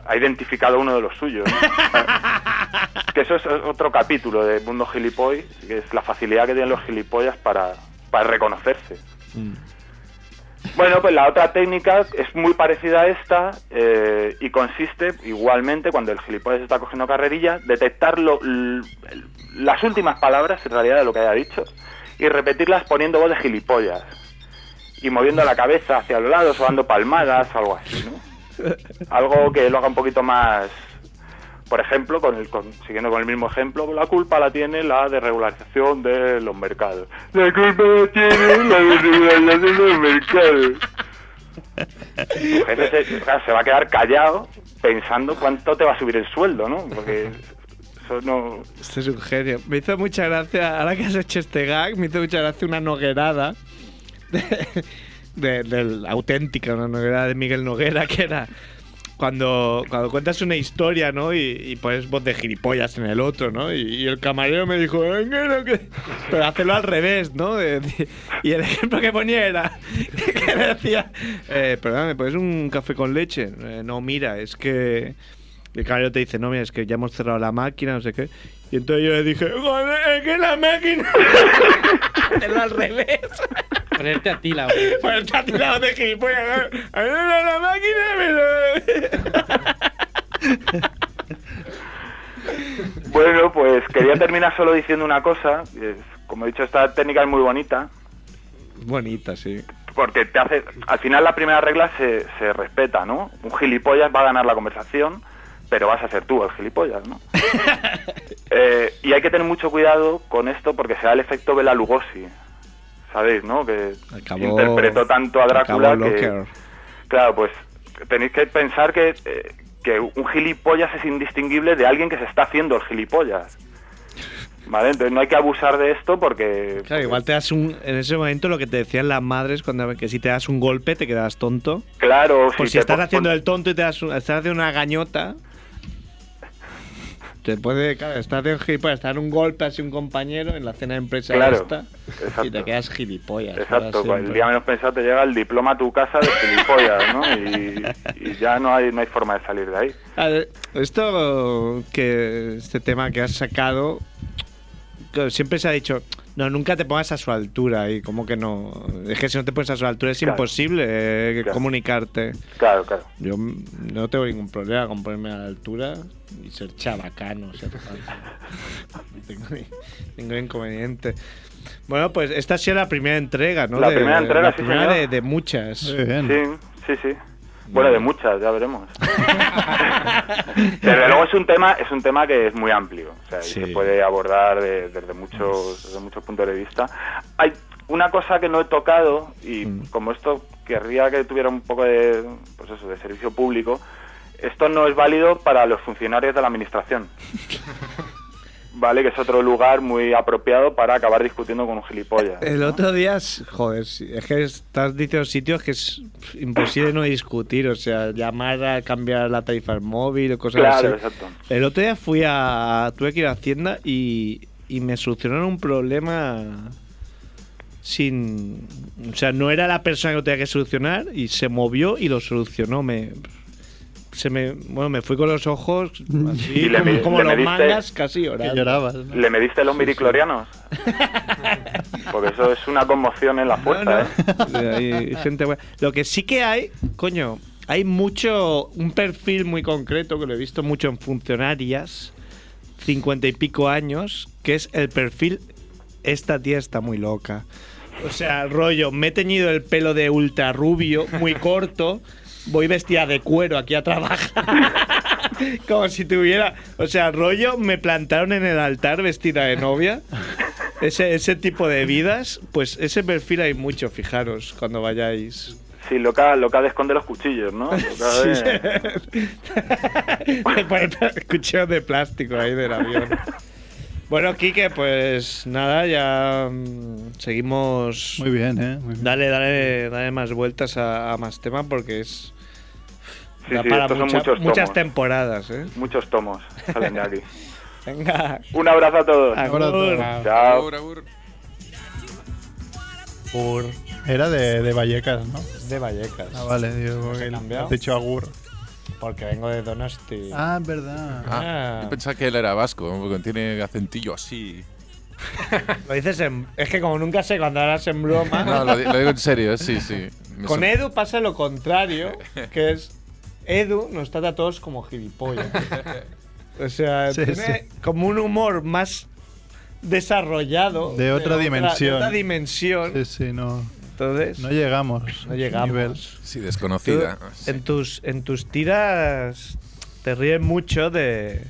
Speaker 5: ha identificado uno de los suyos. ¿no? que eso es otro capítulo de Mundo Gilipoll, que es la facilidad que tienen los gilipollas para, para reconocerse. Bueno, pues la otra técnica es muy parecida a esta eh, y consiste igualmente, cuando el gilipollas está cogiendo carrerilla, detectar lo- l- las últimas palabras en realidad de lo que haya dicho y repetirlas poniendo voz de gilipollas y moviendo la cabeza hacia los lados o dando palmadas o algo así, ¿no? Algo que lo haga un poquito más... Por ejemplo, con el, con- siguiendo con el mismo ejemplo, la culpa la tiene la desregularización de los mercados. La culpa la tiene la desregularización de los mercados. Tu jefe se, o sea, se va a quedar callado pensando cuánto te va a subir el sueldo, ¿no? Porque eso no...
Speaker 6: Este es un genio. Me hizo mucha gracia, ahora que has hecho este gag, me hizo mucha gracia una noguerada. De, del- auténtica, una noguerada de Miguel Noguera, que era cuando, cuando cuentas una historia, ¿no? Y, y pones voz de gilipollas en el otro, ¿no? Y, y el camarero me dijo, "Venga, no, que-". pero hacerlo al revés, ¿no? De- de- y el ejemplo que ponía era que me decía, eh, perdón, ¿me pones un café con leche? "Eh, no, mira, es que... Y el camarero te dice, no, mira, es que ya hemos cerrado la máquina, no sé qué. Y entonces yo le dije, joder, es que la máquina... Hacerlo al revés.
Speaker 13: Ponerte a ti la
Speaker 6: Pues está tirado de gilipollas. A mí no era la máquina, pero.
Speaker 5: Bueno, pues quería terminar solo diciendo una cosa. Es- como he dicho, esta técnica es muy bonita.
Speaker 6: Bonita, sí.
Speaker 5: porque te hace al final la primera regla se, se respeta no un gilipollas va a ganar la conversación pero vas a ser tú el gilipollas no Eh, y hay que tener mucho cuidado con esto porque se da el efecto Bela Lugosi sabéis, ¿no? Que
Speaker 10: Acabó-
Speaker 5: interpretó tanto a Drácula
Speaker 10: acabó
Speaker 5: que...
Speaker 10: Locker.
Speaker 5: Claro, pues tenéis que pensar que, eh, que un gilipollas es indistinguible de alguien que se está haciendo el gilipollas. ¿Vale? Entonces no hay que abusar de esto porque...
Speaker 6: Claro, igual te das un. En ese momento lo que te decían las madres cuando que si te das un golpe te quedas tonto.
Speaker 5: Claro,
Speaker 6: Por si,
Speaker 5: te
Speaker 6: estás
Speaker 5: pon-
Speaker 6: haciendo el tonto y te das un- estás haciendo una gañota. Te puede, claro, estás haciendo gilipollas, te dan un golpe así un compañero en la cena de empresa
Speaker 5: Claro,
Speaker 6: esta y te quedas gilipollas.
Speaker 5: Exacto,
Speaker 6: para
Speaker 5: el
Speaker 6: siempre.
Speaker 5: día menos pensado te llega el diploma a tu casa de gilipollas, ¿no? Y, y ya no hay, no hay forma de salir de ahí.
Speaker 6: A ver, esto que este tema que has sacado que siempre se ha dicho no nunca te pongas a su altura y como que no es que si no te pones a su altura es
Speaker 5: Claro.
Speaker 6: imposible eh, comunicarte
Speaker 5: Claro, claro.
Speaker 6: yo m- no tengo ningún problema con ponerme a la altura y ser chabacano si hace falta. no tengo ni- ningún inconveniente bueno pues esta ha sido la primera entrega no
Speaker 5: La
Speaker 6: De-
Speaker 5: primera entrega,
Speaker 6: la
Speaker 5: sí,
Speaker 6: primera
Speaker 5: señor.
Speaker 6: de, de muchas
Speaker 5: Sí, sí, sí. Bueno, de muchas, ya veremos. Desde luego es un tema, es un tema que es muy amplio, o sea, y
Speaker 14: Sí.
Speaker 5: se puede abordar de- desde muchos, desde muchos puntos de vista. Hay una cosa que no he tocado y
Speaker 6: Mm.
Speaker 5: como esto querría que tuviera un poco de, pues eso, de servicio público, esto no es válido para los funcionarios de la administración. Vale, que es otro lugar muy apropiado para acabar discutiendo con un gilipollas.
Speaker 6: El otro día, es- joder, sí, es que estás diciendo sitios que es pf, imposible no discutir, o sea, llamar a cambiar la tarifa del móvil o cosas así.
Speaker 5: Claro, exacto.
Speaker 6: El otro día fui a. tuve que ir a Hacienda y, y me solucionaron un problema sin. O sea, no era la persona que lo tenía que solucionar y se movió y lo solucionó. Me. Se me, bueno, me fui con los ojos así,
Speaker 5: Y le
Speaker 6: como,
Speaker 5: me-
Speaker 6: como
Speaker 5: le
Speaker 6: los
Speaker 5: mediste-
Speaker 6: mangas, casi llorando.
Speaker 5: ¿Le mediste los miriclorianos? Porque eso es una conmoción en la fuerza, ¿eh?
Speaker 6: Hay gente buena. Lo que sí que hay, coño, hay mucho, un perfil muy concreto que lo he visto mucho en funcionarias, cincuenta y pico años, que es el perfil, esta tía está muy loca. O sea, rollo, me he teñido el pelo de ultra rubio, muy corto, voy vestida de cuero aquí a trabajar. Como si tuviera. O sea, rollo, me plantaron en el altar vestida de novia. Ese, ese tipo de vidas, pues ese perfil hay mucho, fijaros, cuando vayáis.
Speaker 5: Sí, loca, loca de esconder los cuchillos, ¿no? Loca de-
Speaker 6: Escucheo de plástico ahí del avión. Bueno, Quique, pues nada, ya mm, seguimos.
Speaker 1: Muy bien, ¿eh?
Speaker 6: Dale, dale, dale más vueltas a, a más tema porque es.
Speaker 5: Sí,
Speaker 6: da
Speaker 5: sí,
Speaker 6: para
Speaker 5: estos son
Speaker 6: mucha-
Speaker 5: muchos
Speaker 6: muchas
Speaker 5: tomos.
Speaker 6: temporadas, ¿eh?
Speaker 5: Muchos tomos salen de aquí.
Speaker 6: Venga.
Speaker 5: Un abrazo a todos.
Speaker 6: Agur. Agur.
Speaker 8: Ah.
Speaker 5: Chao.
Speaker 1: Era de, de Vallecas, ¿no?
Speaker 6: De Vallecas.
Speaker 1: Ah, vale, digo,
Speaker 6: Nos
Speaker 1: porque
Speaker 6: ha cambiado.
Speaker 1: has dicho Agur.
Speaker 6: Porque vengo de Donosti.
Speaker 1: Ah, es verdad.
Speaker 8: Ah, Yo pensaba que él era vasco, porque tiene acentillo así.
Speaker 6: Lo dices en. Es que como nunca sé cuando hablas en broma.
Speaker 8: No, lo, di- lo digo en serio, sí, sí. Me
Speaker 6: Con
Speaker 8: sor-
Speaker 6: Edu pasa lo contrario, que es. Edu nos trata a todos como gilipollas. O sea,
Speaker 1: Sí,
Speaker 6: tiene como un humor más desarrollado.
Speaker 1: De otra dimensión.
Speaker 6: de otra dimensión.
Speaker 1: Sí, sí, no.
Speaker 6: Entonces.
Speaker 1: No llegamos.
Speaker 6: No llegamos.
Speaker 8: Sí, desconocida.
Speaker 6: Tú, En tus, en tus tiras te ríes mucho de.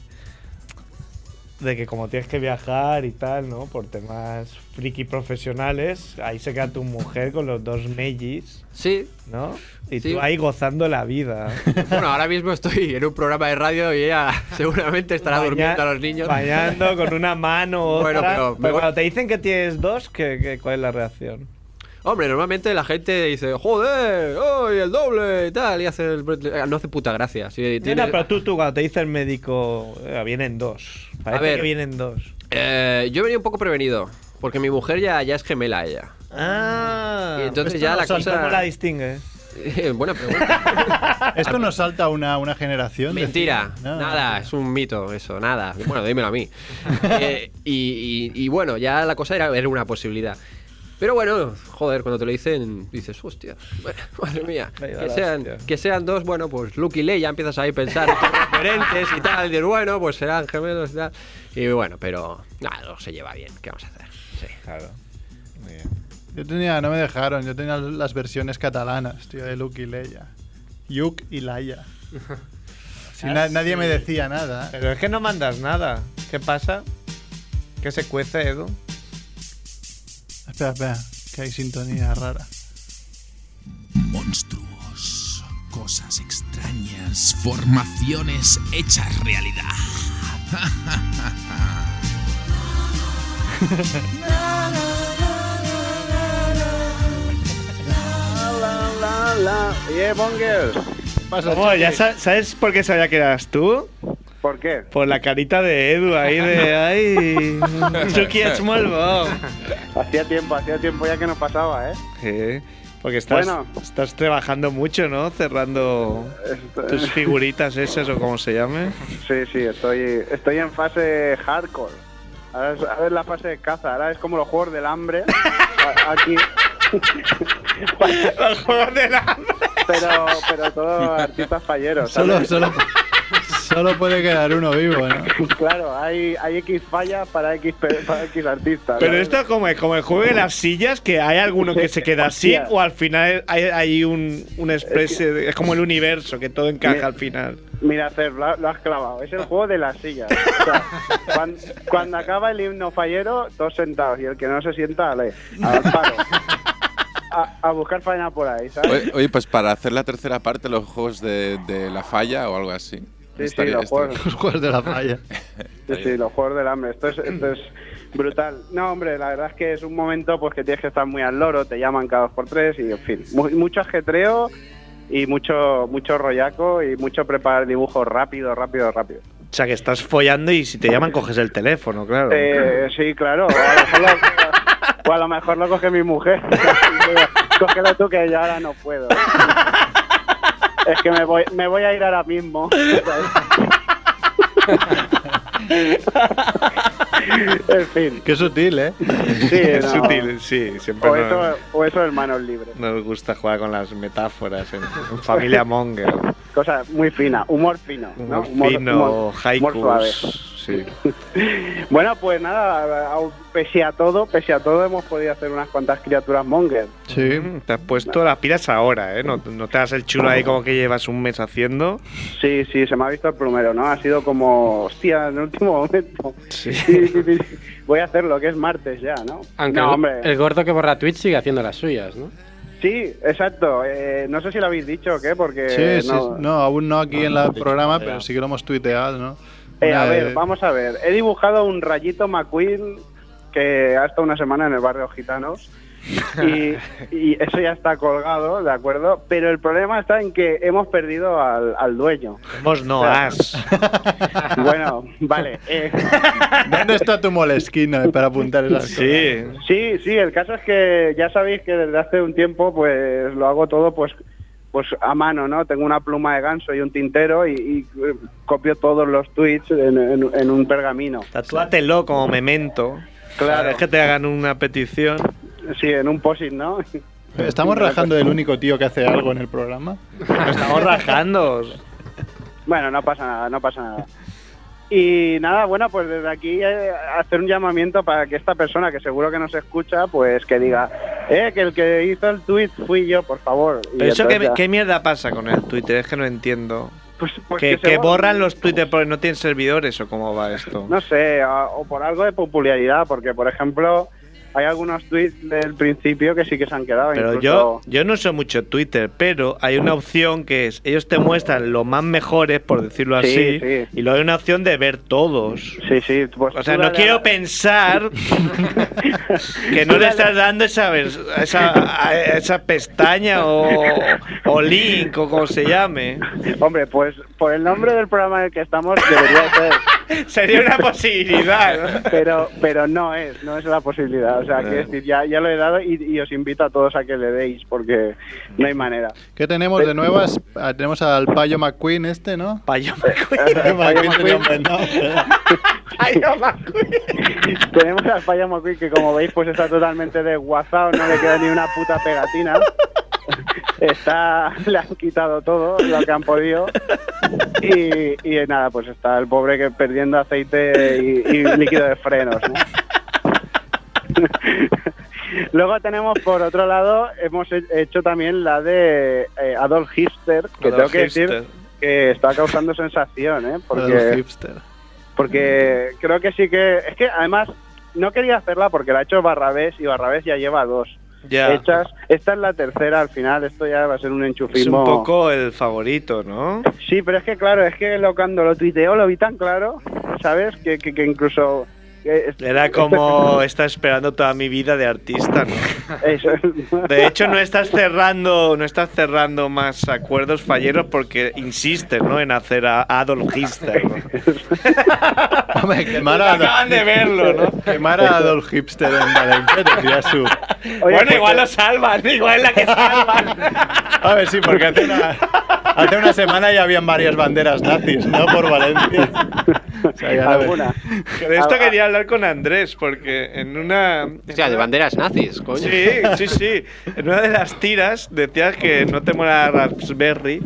Speaker 6: De que como tienes que viajar y tal, ¿no? Por temas friki profesionales, ahí se queda tu mujer con los dos mellis.
Speaker 10: Sí.
Speaker 6: ¿No? Y
Speaker 10: Sí.
Speaker 6: tú ahí gozando la vida.
Speaker 10: Bueno, ahora mismo estoy en un programa de radio y ella seguramente estará durmiendo a los niños.
Speaker 6: Bañando con una mano o
Speaker 10: Bueno,
Speaker 6: otra.
Speaker 10: pero-
Speaker 6: pero, cuando te dicen que tienes dos, ¿qué, qué- cuál es la reacción?
Speaker 10: Hombre, normalmente la gente dice, joder, hoy el doble y tal, y hace el... eh, No hace puta gracia. Sí, tiene-
Speaker 6: Mira, pero tú, tú, cuando te dice el médico, eh, vienen dos. Parece
Speaker 10: ver.
Speaker 6: que vienen dos.
Speaker 10: Eh, yo venía un poco prevenido, porque mi mujer ya, ya es gemela ella.
Speaker 6: Ah,
Speaker 10: Y entonces
Speaker 1: esto
Speaker 10: ya
Speaker 1: no
Speaker 10: la
Speaker 1: son-
Speaker 10: cosa...
Speaker 1: ¿cómo la
Speaker 6: distingue?
Speaker 10: Buena pregunta.
Speaker 1: Esto nos salta una, una generación. de-
Speaker 10: Mentira,
Speaker 1: No.
Speaker 10: nada, es un mito eso, nada. Bueno, dímelo a mí. Eh, y, y- y bueno, ya la cosa era, era una posibilidad. Pero bueno, joder, cuando te lo dicen, dices, hostia, bueno, madre mía.
Speaker 6: Vaya
Speaker 10: Que
Speaker 6: la
Speaker 10: sean,
Speaker 6: hostia.
Speaker 10: que sean dos, bueno, pues Luke y Leia ya empiezas ahí a pensar en referentes y tal. Y dices, bueno, pues serán gemelos y tal. Y bueno, pero nada, no se lleva bien, ¿qué vamos a hacer? Sí.
Speaker 6: Claro.
Speaker 1: Yo tenía, no me dejaron, yo tenía las versiones catalanas, tío, de Luke y Leia. Yuk y Laia. Si na- nadie me decía nada. ¿eh?
Speaker 6: Pero es que no mandas nada. ¿Qué pasa? ¿Qué se cuece, Edu?
Speaker 1: Espera, espera. Que hay sintonía rara.
Speaker 8: Monstruos, cosas extrañas, formaciones hechas realidad.
Speaker 1: La, la, yeah, Bongers. Pasa,
Speaker 6: ¿Cómo? ¿Ya
Speaker 1: Chucky?
Speaker 6: sa- sabes por qué sabía que eras tú?
Speaker 9: ¿Por qué?
Speaker 6: Por la carita de Edu ahí de. ¡Ay! Chucky es malvado.
Speaker 9: Hacía tiempo, hacía tiempo ya que nos pasaba, ¿eh?
Speaker 6: Sí, Porque estás,
Speaker 9: Bueno.
Speaker 6: estás trabajando mucho, ¿no? Cerrando tus figuritas esas o como se llame.
Speaker 9: Sí, sí, estoy, estoy en fase hardcore. Ahora es, ahora es la fase de caza, ahora es como los juegos del hambre. A- Aquí.
Speaker 6: los juegos del hambre.
Speaker 9: Pero, pero todos artistas falleros.
Speaker 1: Solo,
Speaker 9: ¿sabes?
Speaker 1: solo, solo puede quedar uno vivo, ¿no?
Speaker 9: Claro, hay, hay X fallas para X, pe- para X artistas.
Speaker 6: Pero
Speaker 9: ¿sabes?
Speaker 6: esto como es, como el juego de las sillas, que hay alguno que se queda así
Speaker 9: Hostia.
Speaker 6: o al final hay, hay un, una especie de- Es como el universo, que todo encaja al final.
Speaker 9: Mira, Cer, lo, ha- lo has clavado. Es el juego de las sillas. O sea, cuan- cuando, acaba el himno fallero, todos sentados. Y el que no se sienta, ale, al paro. A, a buscar faena por ahí, ¿sabes?
Speaker 15: Oye, oye, pues para hacer la tercera parte, los juegos de, de la falla o algo así.
Speaker 9: Sí, sí, los juegos. Sí, sí, los juegos del hambre. Esto es, esto es brutal. No, hombre, la verdad es que es un momento pues que tienes que estar muy al loro, te llaman cada dos por tres y, en fin, mu- mucho ajetreo y mucho mucho rollaco y mucho preparar dibujos rápido, rápido, rápido.
Speaker 6: O sea, que estás follando y si te llaman coges el teléfono, claro.
Speaker 9: Eh, sí, claro. O a lo mejor lo, o a lo, mejor lo coge mi mujer. Cógelo tú que yo ahora no puedo. Es que me voy, me voy a ir ahora mismo. en fin.
Speaker 1: Qué sutil, ¿eh?
Speaker 9: Sí,
Speaker 6: es
Speaker 9: no.
Speaker 6: sutil, sí. Siempre
Speaker 9: O
Speaker 6: nos-
Speaker 9: eso, o eso en manos libres.
Speaker 6: nos gusta jugar con las metáforas en, en familia Monger.
Speaker 9: Cosa muy fina, humor fino. ¿no?
Speaker 6: Humor fino,
Speaker 9: humor suave.
Speaker 6: haikus. Sí.
Speaker 9: Bueno, pues nada, au- pese a todo, pese a todo hemos podido hacer unas cuantas criaturas monger.
Speaker 1: Sí.
Speaker 6: Mm, Te has puesto las pilas ahora, ¿eh? No, no te hagas el chulo ahí como que llevas un mes haciendo.
Speaker 9: Sí, sí, se me ha visto el plumero, ¿no? Ha sido como, hostia, en el último momento.
Speaker 6: Sí.
Speaker 9: sí, sí, sí. Voy a hacer lo que es martes ya, ¿no?
Speaker 10: Aunque
Speaker 9: no,
Speaker 10: el-
Speaker 9: hombre.
Speaker 10: el gordo que borra Twitch sigue haciendo las suyas, ¿no?
Speaker 9: Sí, exacto. Eh, no sé si lo habéis dicho o qué, porque...
Speaker 1: Sí, sí,
Speaker 9: Eh, no-
Speaker 1: no, aún no aquí en
Speaker 9: no,
Speaker 1: el
Speaker 9: no,
Speaker 1: programa,
Speaker 9: no,
Speaker 1: pero
Speaker 9: no.
Speaker 1: sí que lo hemos tuiteado, ¿no?
Speaker 9: Eh, a
Speaker 1: Una
Speaker 9: ver,
Speaker 1: de-
Speaker 9: vamos a ver. He dibujado un rayito McQueen que ha estado una semana en el barrio Gitanos. Y, y eso ya está colgado, ¿de acuerdo? Pero el problema está en que hemos perdido al, al dueño.
Speaker 6: Hemos no has.
Speaker 9: Bueno, vale. eh,
Speaker 1: ¿Dónde está tu molesquina para apuntar esas
Speaker 6: Sí.
Speaker 9: sí, sí, el caso es que ya sabéis que desde hace un tiempo pues lo hago todo pues pues a mano, ¿no? Tengo una pluma de ganso y un tintero y, y, eh, copio todos los tweets en, en- en un pergamino.
Speaker 6: Tatúatelo como memento.
Speaker 9: Claro.
Speaker 6: Es que te hagan una petición.
Speaker 9: Sí, en un posit, ¿no?
Speaker 1: ¿Estamos rajando del único tío que hace algo en el programa?
Speaker 6: Estamos rajando.
Speaker 9: Bueno, no pasa nada, no pasa nada. Y nada, bueno, pues desde aquí eh, hacer un llamamiento para que esta persona que seguro que nos escucha, pues que diga, eh, que el que hizo el tweet fui yo, por favor. Y
Speaker 6: Pero eso, ¿qué,
Speaker 9: entonces ya-
Speaker 6: qué mierda pasa con el Twitter? Es que no entiendo.
Speaker 9: pues
Speaker 6: que,
Speaker 9: que se
Speaker 6: que
Speaker 9: borra.
Speaker 6: borran los Twitter porque no tienen servidores o cómo va esto.
Speaker 9: No sé, a- o por algo de popularidad, porque por ejemplo, hay algunos tweets del principio que sí que se han quedado.
Speaker 6: Pero yo,
Speaker 9: incluso-
Speaker 6: yo no uso mucho Twitter, pero hay una opción que es, ellos te muestran los más mejores, por decirlo
Speaker 9: Sí,
Speaker 6: así,
Speaker 9: sí.
Speaker 6: y luego hay una opción de ver todos.
Speaker 9: Sí, sí. pues
Speaker 6: o sea,
Speaker 9: tú
Speaker 6: no
Speaker 9: dale
Speaker 6: quiero
Speaker 9: a-
Speaker 6: pensar que no le estás dando esa, vers- a esa, a esa pestaña o, o link o como se llame.
Speaker 9: Hombre, pues por el nombre del programa en el que estamos debería ser.
Speaker 6: Sería una posibilidad.
Speaker 9: pero pero no es no es la posibilidad o sea quiero decir ya, ya lo he dado y, y os invito a todos a que le deis porque no hay manera
Speaker 1: ¿Qué tenemos de nuevas? Ah, Tenemos al Payo McQueen este, ¿no?
Speaker 6: Payo
Speaker 1: McQueen. tenía
Speaker 9: McQueen.
Speaker 1: un buen nombre.
Speaker 9: tenemos al Falla McQueen que como veis pues está totalmente desguazado no le queda ni una puta pegatina está le han quitado todo lo que han podido y, y nada pues está el pobre que perdiendo aceite y, y líquido de frenos ¿no? Luego tenemos por otro lado, hemos he- hecho también la de eh, Adolf Hipster, que
Speaker 6: Adolf
Speaker 9: tengo que
Speaker 6: Hipster.
Speaker 9: decir que está causando sensación, ¿eh?
Speaker 1: Adolf
Speaker 9: Porque,
Speaker 1: Hipster.
Speaker 9: porque creo que sí que. Es que además no quería hacerla porque la ha hecho Barrabés y Barrabés ya lleva dos.
Speaker 6: Ya.
Speaker 16: hechas. Esta es la tercera al final, esto ya va a ser un
Speaker 6: Es
Speaker 16: enchufismo.
Speaker 6: un poco el favorito, ¿no?
Speaker 16: Sí, pero es que claro, es que lo, cuando lo tuiteó lo vi tan claro, ¿sabes? Que, que, que incluso... que Este es-
Speaker 6: Era como está esperando toda mi vida de artista, ¿no?
Speaker 16: Eso es.
Speaker 6: De hecho, no estás cerrando, no estás cerrando más acuerdos falleros porque insistes, ¿no? En hacer a Adolf Hitler. ¿no?
Speaker 1: Quemar a
Speaker 6: Acaban de verlo, ¿no?
Speaker 1: Quemar a Adolf Hipster en Valencia tendría su.
Speaker 7: bueno, igual lo salvan, igual es la que salvan.
Speaker 1: A ver, sí, porque hace una, hace una semana ya habían varias banderas nazis, ¿no? Por Valencia. O sea, ya no-
Speaker 6: De
Speaker 16: Ah,
Speaker 6: esto quería hablar con Andrés, porque en una.
Speaker 10: Hostia, de banderas nazis, coño.
Speaker 6: Sí, sí, sí. En una de las tiras decías que no te mola Raspberry,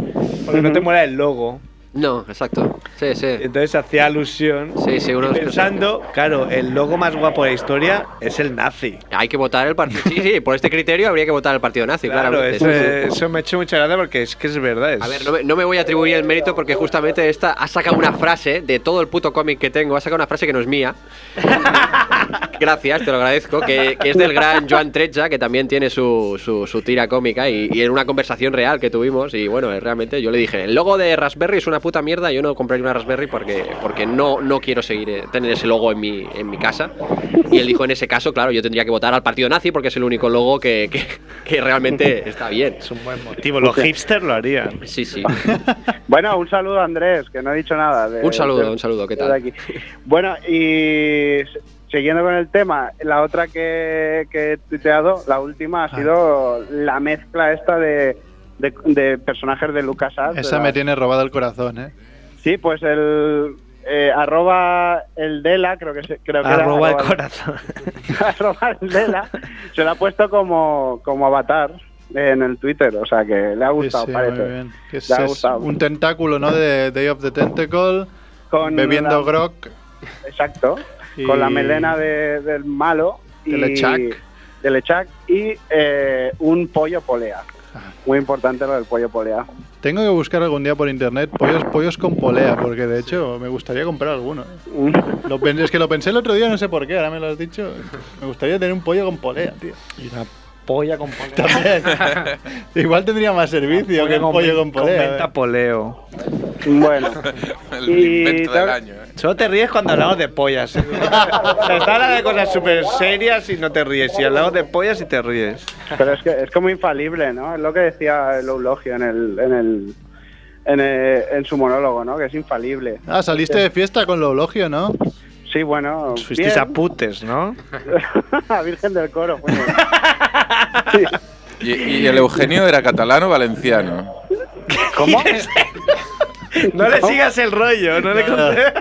Speaker 6: porque no te mola el logo.
Speaker 10: No, exacto. Sí, sí.
Speaker 6: Entonces hacía alusión.
Speaker 10: Sí, sí, uno
Speaker 6: y
Speaker 10: de los
Speaker 6: Pensando, claro, el logo más guapo de la historia es el nazi.
Speaker 10: Hay que votar el partido. Sí, sí, por este criterio habría que votar el partido nazi,
Speaker 6: Claro,
Speaker 10: claramente.
Speaker 6: eso,
Speaker 10: Sí, sí.
Speaker 6: eso me ha hecho mucha gracia porque es que es verdad. es-
Speaker 10: A ver, no me, no me voy a atribuir el mérito porque justamente esta ha sacado una frase de todo el puto cómic que tengo, ha sacado una frase que no es mía. Gracias, te lo agradezco, que, que es del gran Joan Trecha, que también tiene su, su- su tira cómica y, y en una conversación real que tuvimos y bueno, eh, realmente yo le dije, el logo de Raspberry es una puta mierda, yo no compraría una Raspberry porque, porque no, no quiero seguir eh, tener ese logo en mi, en mi casa. Y él dijo, en ese caso, claro, yo tendría que votar al partido nazi porque es el único logo que, que- que realmente está bien. Es
Speaker 6: un buen motivo, los hipsters lo harían.
Speaker 10: Sí, sí.
Speaker 16: Bueno, un saludo Andrés, que no he dicho nada. de-
Speaker 6: Eh,
Speaker 10: Un saludo,
Speaker 16: de-
Speaker 10: un saludo, ¿qué
Speaker 16: de
Speaker 10: tal?
Speaker 16: aquí. Bueno, y s- siguiendo con el tema, la otra que, que he tuiteado, la última, ha
Speaker 1: Ah.
Speaker 16: sido la mezcla esta de, de- de personajes de Lucas
Speaker 1: Esa me tiene robado el corazón, ¿eh?
Speaker 16: Sí, pues el eh, arroba el Dela, creo que, se- creo que era,
Speaker 1: Arroba el corazón.
Speaker 16: arroba el Dela, se lo ha puesto como, como avatar en el Twitter, o sea que le ha gustado,
Speaker 1: Sí, sí,
Speaker 16: parece.
Speaker 1: muy bien. Que es,
Speaker 16: Le ha
Speaker 1: es
Speaker 16: gustado.
Speaker 1: un tentáculo, ¿no? De Day of the Tentacle,
Speaker 16: Con
Speaker 1: bebiendo
Speaker 16: la-
Speaker 1: grog.
Speaker 16: Exacto.
Speaker 1: Y-
Speaker 16: Con la melena de- del malo. y-
Speaker 1: Del Echak.
Speaker 16: del Echak y eh, un pollo polea. Muy importante lo del pollo polea.
Speaker 1: Tengo que buscar algún día por internet pollos, pollos con polea, porque de hecho me gustaría comprar alguno. ¿eh? Lo pen- es que lo pensé el otro día, no sé por qué, ahora me lo has dicho. Me gustaría tener un pollo con polea, tío.
Speaker 6: Y una polla con polea.
Speaker 1: Igual tendría más servicio que el pollo con polea. ¿eh?
Speaker 6: Con menta poleo.
Speaker 16: Bueno.
Speaker 1: El
Speaker 8: ¿eh?
Speaker 6: invento del año. Solo te ríes cuando hablamos de pollas. ¿eh? o sea, está hablando de cosas súper serias y no te ríes. Y hablamos de pollas y te ríes.
Speaker 16: Pero es que es como infalible, ¿no? Es lo que decía el Eulogio en el. En el en, eh, en su monólogo, ¿no? Que es infalible.
Speaker 1: Ah, saliste de fiesta con lo elogio, ¿no?
Speaker 16: Sí, bueno.
Speaker 1: Fuisteis
Speaker 16: Oh, bien.
Speaker 1: a
Speaker 6: Putes, ¿no?
Speaker 16: La Virgen del Coro. bueno.
Speaker 8: Y, y el Eugenio era catalano o valenciano.
Speaker 16: ¿Cómo?
Speaker 6: No le sigas el rollo, no le conté.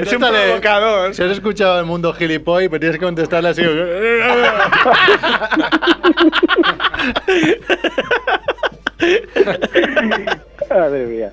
Speaker 1: Es un provocador. Si has escuchado el mundo gilipoy, pero tienes que contestarle así.
Speaker 16: Madre mía.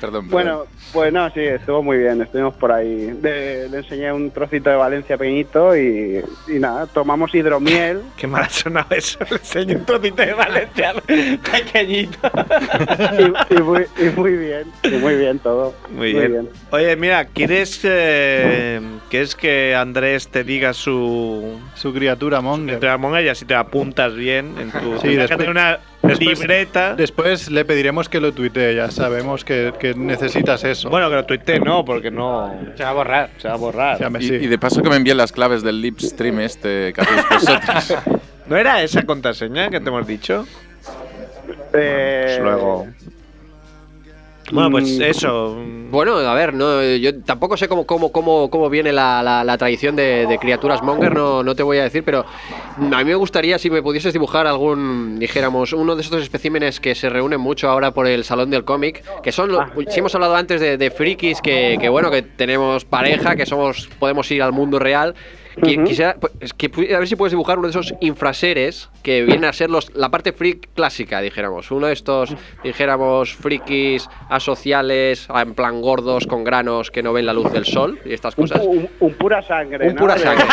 Speaker 8: Perdón, perdón.
Speaker 16: Bueno, pues no, sí, estuvo muy bien, estuvimos por ahí. Le, le enseñé un trocito de Valencia pequeñito y, y nada, tomamos hidromiel.
Speaker 6: Qué mal ha sonado eso. Le enseño un trocito de Valencia pequeñito.
Speaker 16: y, y muy, y muy bien, y muy bien todo.
Speaker 6: Muy bien. Oye, mira, ¿quieres, eh, ¿quieres que Andrés te diga su.
Speaker 1: Su criatura monger.
Speaker 6: criatura monger y así te apuntas bien en tu.
Speaker 1: Sí,
Speaker 6: Tendrás que
Speaker 1: después-
Speaker 6: tener una libreta.
Speaker 1: Después le pediremos que lo tuitee, ya sabemos que, que necesitas eso.
Speaker 6: Bueno, que lo tuitee no, porque no. Se va a borrar. Se va a borrar.
Speaker 8: Y, y de paso que me envíen las claves del lip stream este que hacéis vosotros.
Speaker 6: ¿No era esa contraseña que te hemos dicho? Pues
Speaker 16: Eh, mm,
Speaker 6: luego. Bueno, pues eso.
Speaker 10: Bueno, a ver, no, yo tampoco sé cómo, cómo, cómo, cómo viene la, la- la tradición de, de criaturas monger, no, no te voy a decir, pero a mí me gustaría si me pudieses dibujar algún, dijéramos, uno de estos especímenes que se reúnen mucho ahora por el Salón del Cómic, que son, lo- si hemos hablado antes de, de frikis, que, que bueno, que tenemos pareja, que somos podemos ir al mundo real. Qui- Quisiera, pues, es que pu- a ver si puedes dibujar uno de esos infraseres que vienen a ser los, la parte freak clásica, dijéramos. Uno de estos, dijéramos, frikis, asociales, ah, en plan gordos, con granos, que no ven la luz del sol y estas cosas.
Speaker 16: Un, un pura sangre.
Speaker 10: Un
Speaker 16: ¿no?
Speaker 10: pura
Speaker 16: De-
Speaker 10: sangre.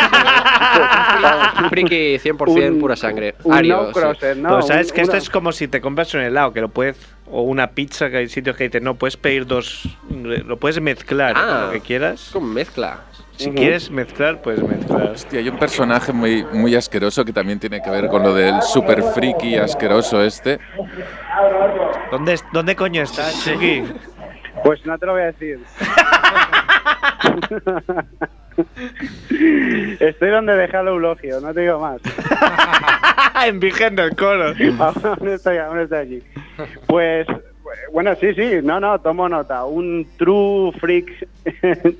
Speaker 10: Friki 100% pura sangre.
Speaker 16: un
Speaker 10: Ario,
Speaker 16: no
Speaker 10: sí.
Speaker 16: crosser, ¿no?
Speaker 6: Pero sabes
Speaker 16: Un-
Speaker 6: que esto
Speaker 16: una-
Speaker 6: es como si te compras un helado, que lo puedes. O una pizza, que hay sitios que dicen, no, puedes pedir dos. ingre- Lo puedes mezclar,
Speaker 10: Ah,
Speaker 6: lo que quieras.
Speaker 10: Con mezcla.
Speaker 6: Si quieres mezclar, puedes mezclar.
Speaker 8: Hostia, hay un personaje muy, muy asqueroso que también tiene que ver con lo del super friki asqueroso este.
Speaker 6: ¿Dónde, es- dónde coño estás, Chiqui?
Speaker 16: Pues no te lo voy a decir. Estoy donde dejé al eulogio, no te digo más.
Speaker 6: en Virgen del Coro.
Speaker 16: aún, estoy, aún estoy allí. Pues, bueno, sí, sí, no, no, tomo nota. Un true freak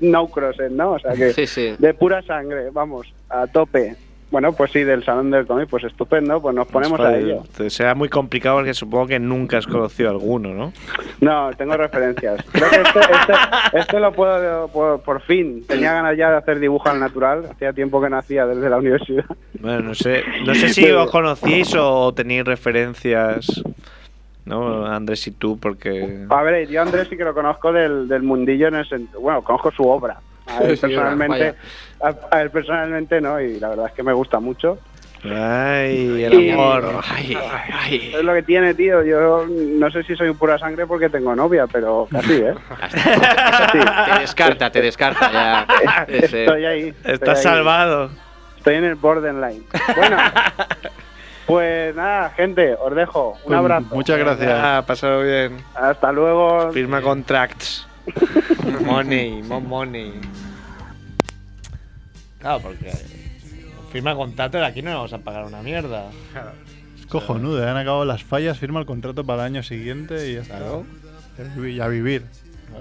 Speaker 16: no crossen, ¿no? O sea que
Speaker 10: Sí, sí.
Speaker 16: de pura sangre, vamos, a tope. Bueno, pues sí, del salón del cómic, pues estupendo, pues nos ponemos a
Speaker 6: Joder,
Speaker 16: ello.
Speaker 6: te- Será muy complicado porque supongo que nunca has conocido alguno, ¿no?
Speaker 16: No, tengo referencias. Creo que este, este- este lo puedo, puedo- por fin. Tenía ganas ya de hacer dibujo al natural. Hacía tiempo que nacía desde la universidad.
Speaker 6: Bueno, no sé, no sé si os conocíais o tenéis referencias, ¿no? Andrés y tú, porque...
Speaker 16: A ver, yo a Andrés sí que lo conozco del, del mundillo en el sentido. Bueno, pues conozco su obra. A él
Speaker 6: Sí,
Speaker 16: personalmente, a, a él personalmente no, y la verdad es que me gusta mucho.
Speaker 6: Ay,
Speaker 16: Y-
Speaker 6: el amor.
Speaker 16: Es lo que tiene, tío. Yo no sé si soy un pura sangre porque tengo novia, pero casi, ¿eh?
Speaker 10: Te descarta, te descarta ya. Ese-
Speaker 16: Estoy ahí. estoy
Speaker 6: Estás
Speaker 16: ahí.
Speaker 6: salvado.
Speaker 16: Estoy en el borderline. Bueno, pues nada, gente, os dejo.
Speaker 1: Pues
Speaker 16: Un abrazo.
Speaker 6: Muchas gracias. Ah, pasado bien.
Speaker 16: Hasta luego.
Speaker 6: Firma contracts. money, more money. Claro, porque firma contrato y aquí no le vamos a pagar una mierda.
Speaker 1: Es cojonudo, eh, han acabado las fallas, firma el contrato para el año siguiente y ya está. Es vi- Y a vivir.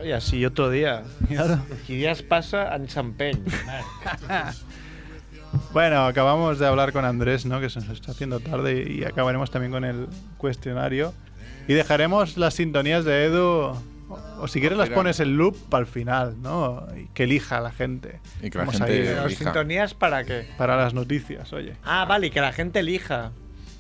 Speaker 6: Y así otro día.
Speaker 1: Claro.
Speaker 6: ¿Qué días pasa en Champagne?
Speaker 1: Bueno, acabamos de hablar con Andrés, ¿no? Que se nos está haciendo tarde y acabaremos también con el cuestionario. Y dejaremos las sintonías de Edu. o- O si quieres las
Speaker 6: Mira.
Speaker 1: pones en loop para el final, ¿no? Y que elija la gente.
Speaker 8: Y que
Speaker 6: la
Speaker 8: gente
Speaker 1: ahí,
Speaker 6: sintonías para qué?
Speaker 1: para las noticias, oye.
Speaker 6: Ah, vale, y que la gente elija.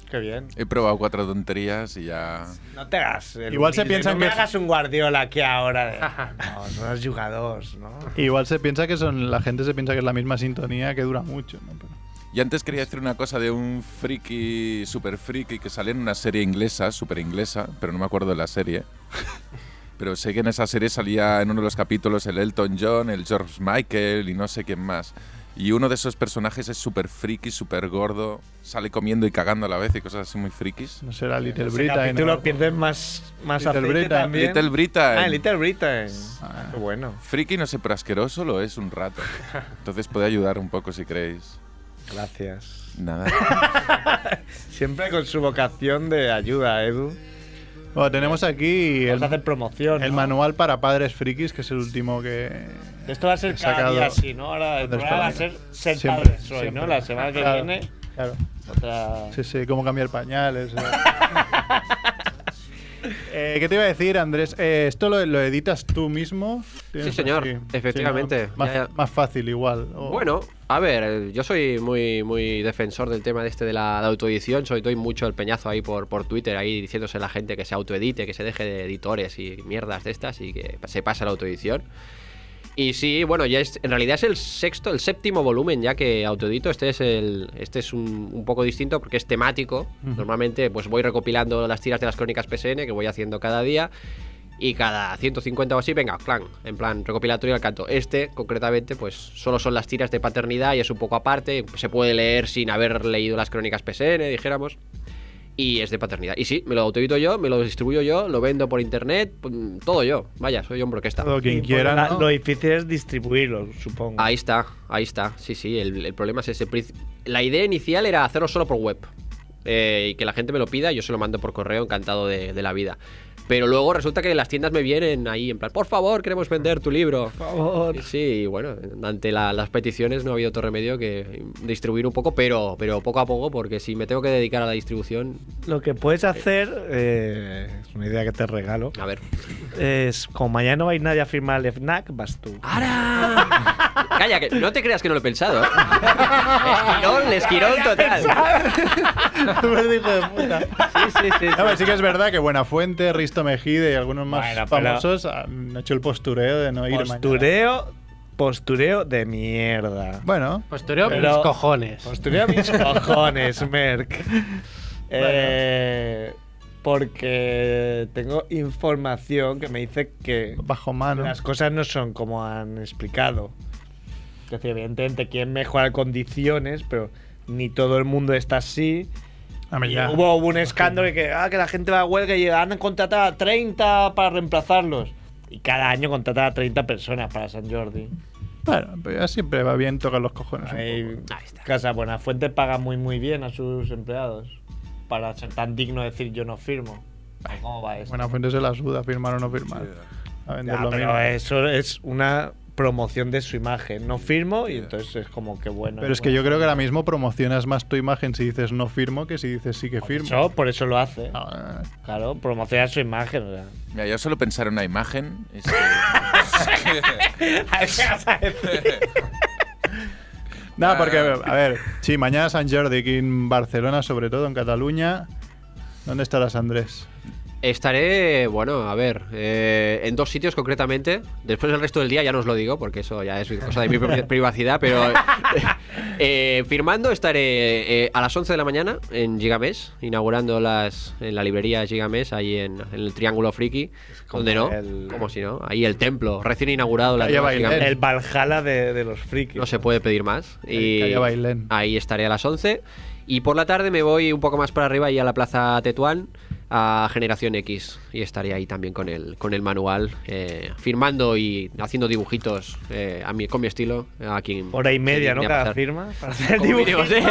Speaker 6: Qué bien.
Speaker 8: He probado cuatro tonterías y ya.
Speaker 6: No te hagas. el
Speaker 1: Igual se
Speaker 6: humilde,
Speaker 1: piensan
Speaker 6: no me
Speaker 1: que-
Speaker 6: hagas un Guardiola aquí ahora. de- No, son los jugadores, ¿no?
Speaker 1: Igual se piensa que son. La gente se piensa que es la misma sintonía que dura mucho, ¿no? Pero-
Speaker 8: Y antes quería decir una cosa de un friki, super friki, que salió en una serie inglesa, super inglesa, pero no me acuerdo de la serie. Pero sé que en esa serie salía en uno de los capítulos el Elton John, el George Michael y no sé quién más. Y uno de esos personajes es super friki, super gordo, sale comiendo y cagando a la vez y cosas así muy frikis.
Speaker 1: No será Little
Speaker 6: Ese
Speaker 1: Britain.
Speaker 6: capítulo
Speaker 1: ¿no?
Speaker 6: pierdes más, más
Speaker 1: Little
Speaker 6: aceite
Speaker 1: Britain. Ah.
Speaker 6: también.
Speaker 8: Little Britain.
Speaker 6: Ah, Little Britain. Ah, Qué bueno.
Speaker 8: Friki no sé, pero asqueroso lo es un rato. Entonces puede ayudar un poco si queréis.
Speaker 6: Gracias.
Speaker 8: Nada.
Speaker 6: Siempre con su vocación de ayuda, Edu.
Speaker 1: Bueno, tenemos aquí el,
Speaker 6: promoción,
Speaker 1: el manual para padres frikis, que es el último que.
Speaker 6: Esto va a ser
Speaker 1: he
Speaker 6: cada
Speaker 1: sacado
Speaker 6: día así, ¿no? Ahora el
Speaker 1: Andrés
Speaker 6: programa va a ser
Speaker 1: Padilla.
Speaker 6: ser
Speaker 1: Siempre,
Speaker 6: padres hoy,
Speaker 1: siempre.
Speaker 6: ¿no? La semana que
Speaker 1: Claro,
Speaker 6: viene.
Speaker 1: Claro.
Speaker 6: Otra.
Speaker 1: Sí, sí, cómo cambiar pañales. eh. Eh, ¿Qué te iba a decir, Andrés? Eh, ¿Esto lo, lo editas tú mismo? Tienes
Speaker 10: señor,
Speaker 1: aquí.
Speaker 10: efectivamente.
Speaker 1: ¿no? más,
Speaker 10: Ya, ya.
Speaker 1: más fácil igual. o-
Speaker 10: Bueno, a ver, eh, yo soy muy, muy defensor del tema de este de la, la autoedición. Soy doy mucho el peñazo ahí por, por Twitter, ahí diciéndose a la gente que se autoedite, que se deje de editores y mierdas de estas y que se pase a la autoedición. Y sí, bueno, ya es, en realidad es el sexto, el séptimo volumen ya que autoedito. Este es el, este es un, un poco distinto porque es temático.
Speaker 17: Ujú.
Speaker 10: Normalmente, pues voy recopilando las tiras de las crónicas PSN que voy haciendo cada día y cada 150 o así, venga, plan, en plan recopilatorio al canto. Este, concretamente, pues solo son las tiras de paternidad y es un poco aparte, se puede leer sin haber leído las crónicas PSN, dijéramos. Y es de paternidad. Y sí, me lo autoedito yo, me lo distribuyo yo, lo vendo por internet, mm, todo yo. Vaya, soy hombre que está.
Speaker 6: Y pues la- Lo difícil es distribuirlo, supongo.
Speaker 10: Ahí está, ahí está. Sí, sí, el, el problema es ese. Pri- La idea inicial era hacerlo solo por web. eh, y que la gente me lo pida, yo se lo mando por correo, encantado de, de la vida. Pero luego resulta que las tiendas me vienen ahí en plan, por favor, queremos vender tu libro. Por favor. Sí, y bueno, ante la- las peticiones no ha habido otro remedio que distribuir un poco, pero, pero poco a poco, porque si me tengo que dedicar a la distribución,
Speaker 6: Lo que puedes hacer, eh, es una idea que te regalo.
Speaker 10: A ver.
Speaker 6: Es, como mañana no va a ir nadie a firmar el FNAC, vas tú.
Speaker 10: Ah, Calla, que no te creas que no lo he pensado. ¿eh? Esquirón, esquirón total.
Speaker 1: Verde hijo de puta.
Speaker 10: Sí, sí,
Speaker 1: A ver, sí que es verdad que Buenafuente, Risto Mejide y algunos más
Speaker 6: Bueno, pero-
Speaker 1: famosos han hecho el postureo de no ir mañana.
Speaker 6: Postureo, postureo de mierda.
Speaker 1: Bueno.
Speaker 13: Postureo
Speaker 6: Pero-
Speaker 13: mis cojones.
Speaker 6: Postureo mis cojones, Merck. Eh, porque tengo información que me dice que
Speaker 1: Bajo mano.
Speaker 6: las cosas no son como han explicado. Es decir, evidentemente quieren mejorar condiciones, pero ni todo el mundo está así.
Speaker 1: ya.
Speaker 6: Hubo, hubo un escándalo que, ah, que la gente va a huelga y han contratado a 30 para reemplazarlos. Y cada año contratan a 30 personas para San Jordi.
Speaker 1: Bueno, pero ya siempre va bien tocar los cojones. un
Speaker 6: Ahí, Casa Buenafuente paga muy muy bien a sus empleados para ser tan digno de decir yo no firmo. ¿Cómo va esto?
Speaker 1: Buena fuente se la suda, firmar o no firmar. A vender
Speaker 6: Ya,
Speaker 1: lo
Speaker 6: pero
Speaker 1: mismo.
Speaker 6: eso es una promoción de su imagen. No firmo y entonces es como que bueno.
Speaker 1: Pero es que yo creo que ahora mismo promocionas más tu imagen si dices no firmo que si dices sí que Ah. firmo.
Speaker 6: Eso, por eso lo hace. Claro, promocionar su imagen. o sea.
Speaker 8: Mira, yo solo pensar en una imagen. es-
Speaker 1: Nada, porque, a ver, sí, mañana San Jordi aquí en Barcelona, sobre todo en Cataluña. ¿Dónde estarás, Andrés?
Speaker 10: Estaré, bueno, a ver, eh, en dos sitios concretamente. Después del resto del día ya no os lo digo porque eso ya es cosa de mi pri- privacidad, pero eh, firmando estaré eh, a las 11 de la mañana en Gigames, inaugurando las, en la librería Gigames, ahí en, en el Triángulo Friki, donde no, como si no, ahí el templo, recién inaugurado. La
Speaker 6: Calle
Speaker 10: nueva
Speaker 6: Bailén.
Speaker 10: Gigamesh.
Speaker 6: El Valhalla de, de los frikis.
Speaker 10: No se puede pedir más. Y
Speaker 6: calle Bailén.
Speaker 10: ahí estaré a las 11. Y por la tarde me voy un poco más para arriba y a la Plaza Tetuán a Generación X y estaré ahí también con el, con el manual, eh, firmando y haciendo dibujitos eh, a mi, con mi estilo. A quien,
Speaker 6: Hora y media,
Speaker 10: quien
Speaker 6: ¿no?
Speaker 10: vea
Speaker 6: Cada
Speaker 10: pasar.
Speaker 6: firma. Para hacer
Speaker 10: Como
Speaker 6: dibujos.
Speaker 10: mínimo,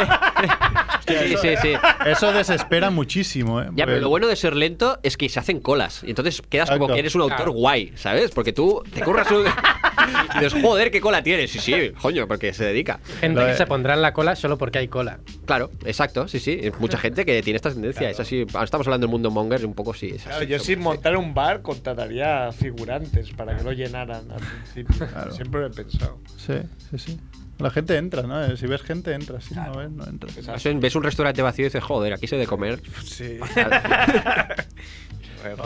Speaker 10: sí. Sí, sí, sí.
Speaker 1: Eso desespera muchísimo, ¿eh?
Speaker 10: Ya, pero
Speaker 1: Porque-
Speaker 10: lo bueno de ser lento es que se hacen colas. Y entonces quedas como
Speaker 1: Exacto.
Speaker 10: que eres un autor
Speaker 1: Claro.
Speaker 10: guay, ¿sabes? Porque tú te curras un. y dices, joder, qué cola tienes. Sí, sí, coño, porque se dedica.
Speaker 13: Gente que se pondrá en la cola solo porque hay cola.
Speaker 10: Claro, exacto, sí, sí. Es Mucha gente que tiene esta tendencia. Es así. Estamos hablando del mundo monger, un poco sí. Es
Speaker 6: Claro,
Speaker 10: así.
Speaker 6: yo sin montar un bar contrataría a figurantes para que lo llenaran al principio. Siempre lo he pensado.
Speaker 1: Sí, sí, sí. La gente entra, ¿no? Si ves gente, entras. Si no ves, no entras.
Speaker 10: Eso en- Ves un restaurante vacío y dices, joder, aquí se de comer.
Speaker 1: Sí.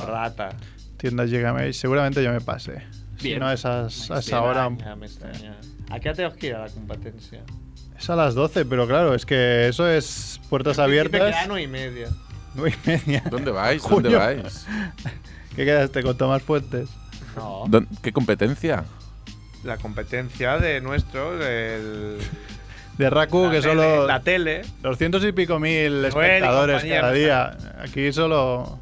Speaker 6: Rata.
Speaker 1: Tiendas Gigamage, seguramente yo me pase. Si
Speaker 6: Bien.
Speaker 1: no, esas, a esa
Speaker 6: Extraña,
Speaker 1: hora.
Speaker 6: me extraña. ¿A qué hora tenemos que ir a la competencia?
Speaker 1: Es a las 12, pero claro, es que eso es puertas
Speaker 6: Siempre
Speaker 1: abiertas.
Speaker 6: queda nueve y media.
Speaker 1: Nueve y media. este
Speaker 8: ¿Dónde vais? ¿Dónde
Speaker 1: Coño.
Speaker 8: vais?
Speaker 1: ¿Qué quedaste con Tomás Fuentes?
Speaker 6: No.
Speaker 8: ¿Dó- ¿Qué competencia?
Speaker 6: La competencia de nuestro, del.
Speaker 1: De Raku,
Speaker 6: La
Speaker 1: que
Speaker 6: tele,
Speaker 1: solo.
Speaker 6: la tele.
Speaker 1: Doscientos y pico mil
Speaker 6: Joel y
Speaker 1: espectadores
Speaker 6: compañía,
Speaker 1: cada
Speaker 6: ¿no?
Speaker 1: día. Aquí solo.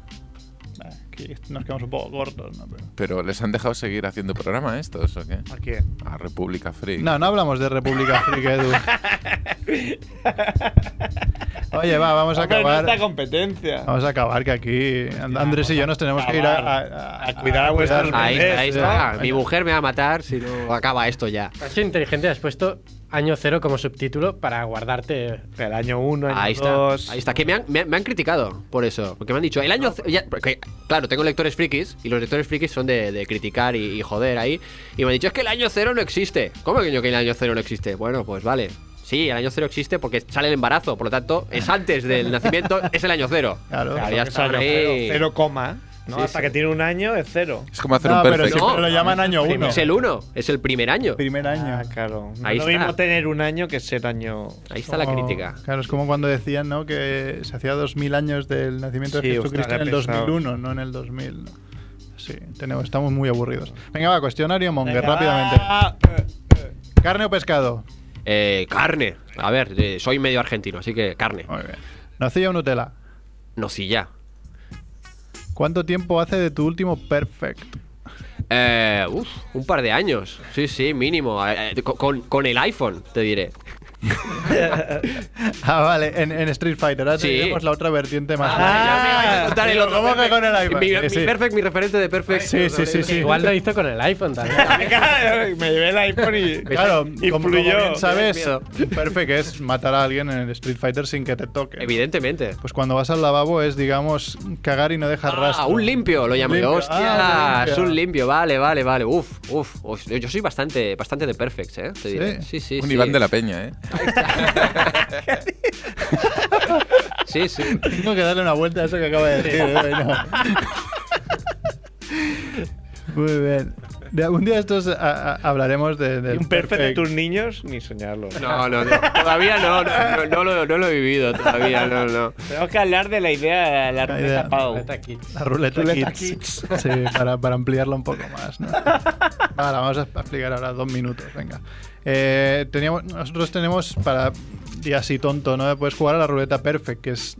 Speaker 1: Aquí nos quedamos un poco cortos, ¿no? Pero-
Speaker 8: ¿Pero les han dejado seguir haciendo programa estos o qué?
Speaker 6: ¿A quién?
Speaker 8: A República Free.
Speaker 1: No, no hablamos de República Freak, Edu. Oye, va, vamos a
Speaker 6: Hombre,
Speaker 1: acabar.
Speaker 6: nuestra competencia.
Speaker 1: Vamos a acabar que aquí And- Andrés y yo nos tenemos que ir a, a- a-
Speaker 6: cuidar a vuestros
Speaker 10: Ahí está, ahí está.
Speaker 1: Sí.
Speaker 10: Mi mujer me va a matar si no acaba esto ya.
Speaker 13: Has sido inteligente, has puesto año cero como subtítulo para guardarte.
Speaker 6: El año uno,
Speaker 10: Ahí está, ahí está. Que me han, me han- me han criticado por eso. Porque me han dicho, el año. ce- ya- porque, claro, tengo lectores frikis y los lectores frikis son de, de criticar y, y joder ahí. Y me han dicho, es que el año cero no existe. ¿Cómo que yo que el año cero no existe? Bueno, pues vale. Sí, el año cero existe porque sale el embarazo. Por lo tanto, es antes del nacimiento, es el año cero.
Speaker 1: Claro,
Speaker 10: ya
Speaker 6: Porque
Speaker 10: está.
Speaker 6: es año
Speaker 10: ahí.
Speaker 6: cero, cero coma. ¿no?
Speaker 10: Sí,
Speaker 6: Hasta
Speaker 10: sí.
Speaker 6: que tiene un año es cero.
Speaker 8: Es como
Speaker 10: hacer No, un pero perfecto. siempre lo llaman
Speaker 1: año uno.
Speaker 10: Es el uno, es el primer año.
Speaker 1: Primer
Speaker 6: Ah,
Speaker 1: año.
Speaker 6: claro. No
Speaker 10: Ahí
Speaker 6: es lo
Speaker 10: está.
Speaker 6: mismo tener un año que ser año.
Speaker 10: Ahí
Speaker 1: Como- Claro, es como cuando decían, ¿no? Que se hacía 2000 años del nacimiento
Speaker 6: Sí,
Speaker 1: de Jesucristo
Speaker 6: hostia,
Speaker 1: en el
Speaker 6: qué pesado.
Speaker 1: 2001, no en el 2000. ¿no? Sí, tenemos, estamos muy aburridos. Venga, va, cuestionario Monger,
Speaker 6: Venga,
Speaker 1: rápidamente. ¿Carne o pescado?
Speaker 10: Eh, carne. A ver, eh, soy medio argentino, así que carne.
Speaker 1: ¿Nocilla o Nutella?
Speaker 10: Nocilla.
Speaker 1: ¿Cuánto tiempo hace de tu último perfect?
Speaker 10: Eh, uf, un par de años. Sí, sí, mínimo. Eh, eh, con- con, con el iPhone, te diré.
Speaker 1: Ah, vale, en, en Street Fighter. Ahora
Speaker 10: Sí. Ah,
Speaker 1: tenemos la otra vertiente más. Ah.
Speaker 10: Contar el
Speaker 1: Digo,
Speaker 10: otro
Speaker 1: ¿Cómo que
Speaker 10: perfect.
Speaker 1: con el iPhone?
Speaker 10: Mi,
Speaker 1: Sí,
Speaker 10: mi
Speaker 1: sí.
Speaker 10: perfect, mi referente de perfect.
Speaker 1: Sí, sí, sí, sí.
Speaker 13: Igual lo hizo con el iPhone también.
Speaker 6: me llevé el iPhone y.
Speaker 1: Claro,
Speaker 6: y
Speaker 1: como, como
Speaker 6: fluyó.
Speaker 1: bien sabes,
Speaker 6: Miedo.
Speaker 1: perfect es matar a alguien en el Street Fighter sin que te toque.
Speaker 10: Evidentemente.
Speaker 1: Pues cuando vas al lavabo es, digamos, cagar y no dejar
Speaker 10: Ah,
Speaker 1: rastro.
Speaker 10: un limpio, lo llamé.
Speaker 1: Limpio.
Speaker 10: Hostia,
Speaker 1: Ah,
Speaker 10: es un limpio. Vale, vale, vale. Uf, uf. Hostia, Yo soy bastante, bastante de perfect, ¿eh? Te diré. Sí, sí,
Speaker 8: Un
Speaker 10: sí.
Speaker 8: Iván de la Peña, ¿eh?
Speaker 10: Sí, sí.
Speaker 1: Tengo que darle una vuelta a eso que acaba de decir. ¿eh? Bueno. Muy bien. De algún día de estos a- a- hablaremos de, del
Speaker 6: ¿Y un perfect de
Speaker 1: perfect.
Speaker 6: tus niños? Ni soñarlo.
Speaker 10: No, no, no. Todavía no, no, no, no lo, no lo he vivido todavía, no, no.
Speaker 7: Tenemos que hablar de la idea de la
Speaker 1: idea.
Speaker 7: ruleta Pau.
Speaker 1: La ruleta, kids. Sí, para, para ampliarlo un poco más. ¿no? Ahora, vamos a explicar ahora dos minutos, venga. Eh, teníamos, nosotros tenemos para día así tonto, ¿no? Puedes jugar a la ruleta perfect, que es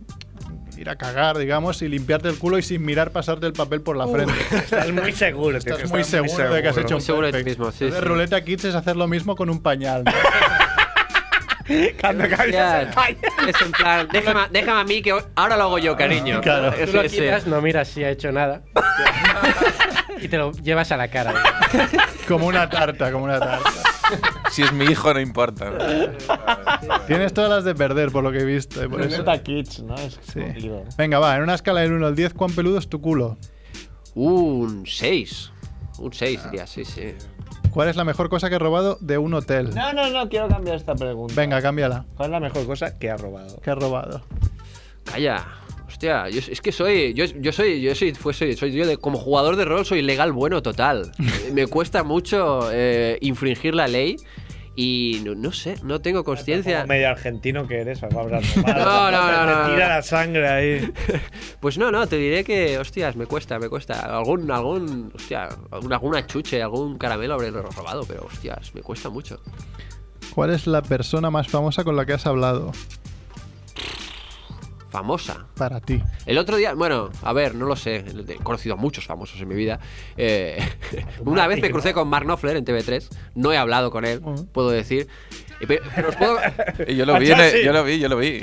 Speaker 1: ir a cagar, digamos, y limpiarte el culo y sin mirar pasarte el papel por la frente.
Speaker 6: Estás muy seguro. tío,
Speaker 1: Estás muy seguro, de que has hecho un
Speaker 10: seguro de ti
Speaker 1: perfect.
Speaker 10: mismo, sí,
Speaker 1: Entonces,
Speaker 10: sí.
Speaker 1: Ruleta Kids es hacer lo mismo con un pañal. ¿no?
Speaker 6: Cuando
Speaker 10: Claro. Es en plan, déjame, déjame a mí que hoy- ahora lo hago yo, cariño.
Speaker 1: Claro.
Speaker 10: Es-
Speaker 13: Tú lo
Speaker 10: es-
Speaker 13: quitas, no miras si ha hecho nada. y te lo llevas a la cara.
Speaker 1: como una tarta, como una tarta.
Speaker 8: Si es mi hijo, no importa.
Speaker 1: Tienes todas las de perder, por lo que he visto. y por eso.
Speaker 6: Ruleta Kids, ¿no? Es complicado.
Speaker 1: Venga, va, en una escala del 1 al 10, ¿cuán peludo es tu culo?
Speaker 10: Un 6. Un 6, diría, sí, sí.
Speaker 1: ¿Cuál es la mejor cosa que he robado de un hotel?
Speaker 6: No, no, no, quiero cambiar esta pregunta.
Speaker 1: Venga, cámbiala.
Speaker 6: ¿Cuál es la mejor cosa que ha robado?
Speaker 1: ¿Qué has robado?
Speaker 10: Calla. Hostia, yo- es que soy. Yo, yo soy. Yo soy, fue- soy, soy- yo de- como jugador de rol soy legal bueno total. Eh, Me cuesta mucho eh, infringir la ley. Y no, no sé, no tengo
Speaker 6: Como
Speaker 10: conciencia.
Speaker 6: medio argentino que eres, vamos a robar.
Speaker 10: No, no, no, no,
Speaker 6: Te
Speaker 10: no.
Speaker 6: tira la sangre ahí.
Speaker 10: Pues no, no, te diré que, hostias, me cuesta, me cuesta. Algún, algún, hostia, algún, alguna chuche, algún caramelo habré robado, pero hostias, me cuesta mucho.
Speaker 1: ¿Cuál es la persona más famosa con la que has hablado?
Speaker 10: Famosa.
Speaker 1: Para ti.
Speaker 10: El otro día, bueno, a ver, no lo sé, he conocido a muchos famosos en mi vida. Eh, una vez me crucé con Mark Knopfler en TV3, no he hablado con él, puedo decir. Eh, Pero, pero os puedo...
Speaker 8: Y yo lo vi, en el- yo lo vi, yo lo vi.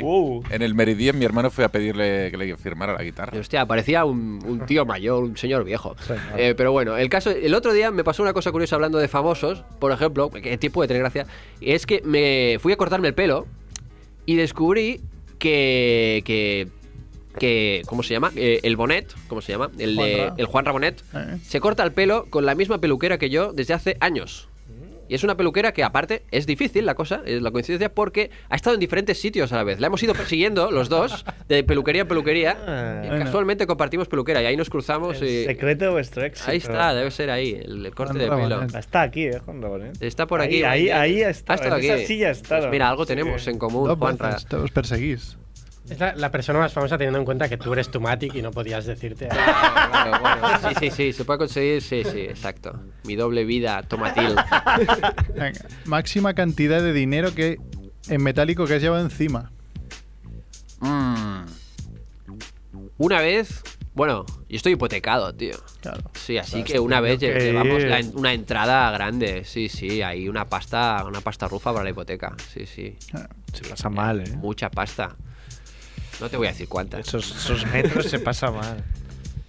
Speaker 8: En el Meridian mi hermano fue a pedirle que le firmara la guitarra.
Speaker 10: Hostia, parecía un, un tío mayor, un señor viejo. Eh, pero bueno, el caso, el otro día me pasó una cosa curiosa hablando de famosos, por ejemplo, que tiempo puede tener gracia, es que me fui a cortarme el pelo y descubrí que, que, que ¿cómo se llama? Eh, el Bonet, ¿cómo se llama? El,
Speaker 1: Juan
Speaker 10: de-
Speaker 1: Ra.
Speaker 10: el Juan Rabonet, se corta el pelo con la misma peluquera que yo desde hace años. Y es una peluquera que aparte es difícil la cosa, es la coincidencia, porque ha estado en diferentes sitios a la vez. La hemos ido persiguiendo los dos, de peluquería en peluquería. Y
Speaker 6: bueno.
Speaker 10: casualmente compartimos peluquera y ahí nos cruzamos y...
Speaker 6: Secreto de vuestro éxito.
Speaker 10: Ahí está, debe ser ahí, el, el corte de pelo.
Speaker 6: Está aquí, eh, Juan Rabonet.
Speaker 10: Está por aquí.
Speaker 6: Ahí, ahí,
Speaker 10: Juan.
Speaker 6: ahí está,
Speaker 10: Ha estado
Speaker 6: en
Speaker 10: aquí.
Speaker 6: esa silla ha estado.
Speaker 10: Pues mira, algo
Speaker 6: Sí.
Speaker 10: tenemos en común,
Speaker 1: Dos
Speaker 10: Juanra.
Speaker 1: veces, te os perseguís.
Speaker 13: Es la, la persona más famosa teniendo en cuenta que tú eres tu Matic y no podías decirte.
Speaker 10: Claro, bueno, Sí, sí, sí, se puede conseguir, sí, sí, exacto. Mi doble vida, tomatil.
Speaker 1: Venga. Máxima cantidad de dinero que en metálico que has llevado encima.
Speaker 10: Mm. Una vez, bueno, yo estoy hipotecado, tío.
Speaker 1: Claro.
Speaker 10: Sí, así
Speaker 1: Estás
Speaker 10: que una vez lle-
Speaker 6: teniendo que
Speaker 10: llevamos
Speaker 6: ir.
Speaker 10: la en- una entrada grande, sí, sí, ahí una pasta, una pasta rufa para la hipoteca, sí, sí.
Speaker 6: Se pasa mal, eh.
Speaker 10: Mucha pasta. No te voy a decir cuántas.
Speaker 6: Esos, esos metros se pasa mal.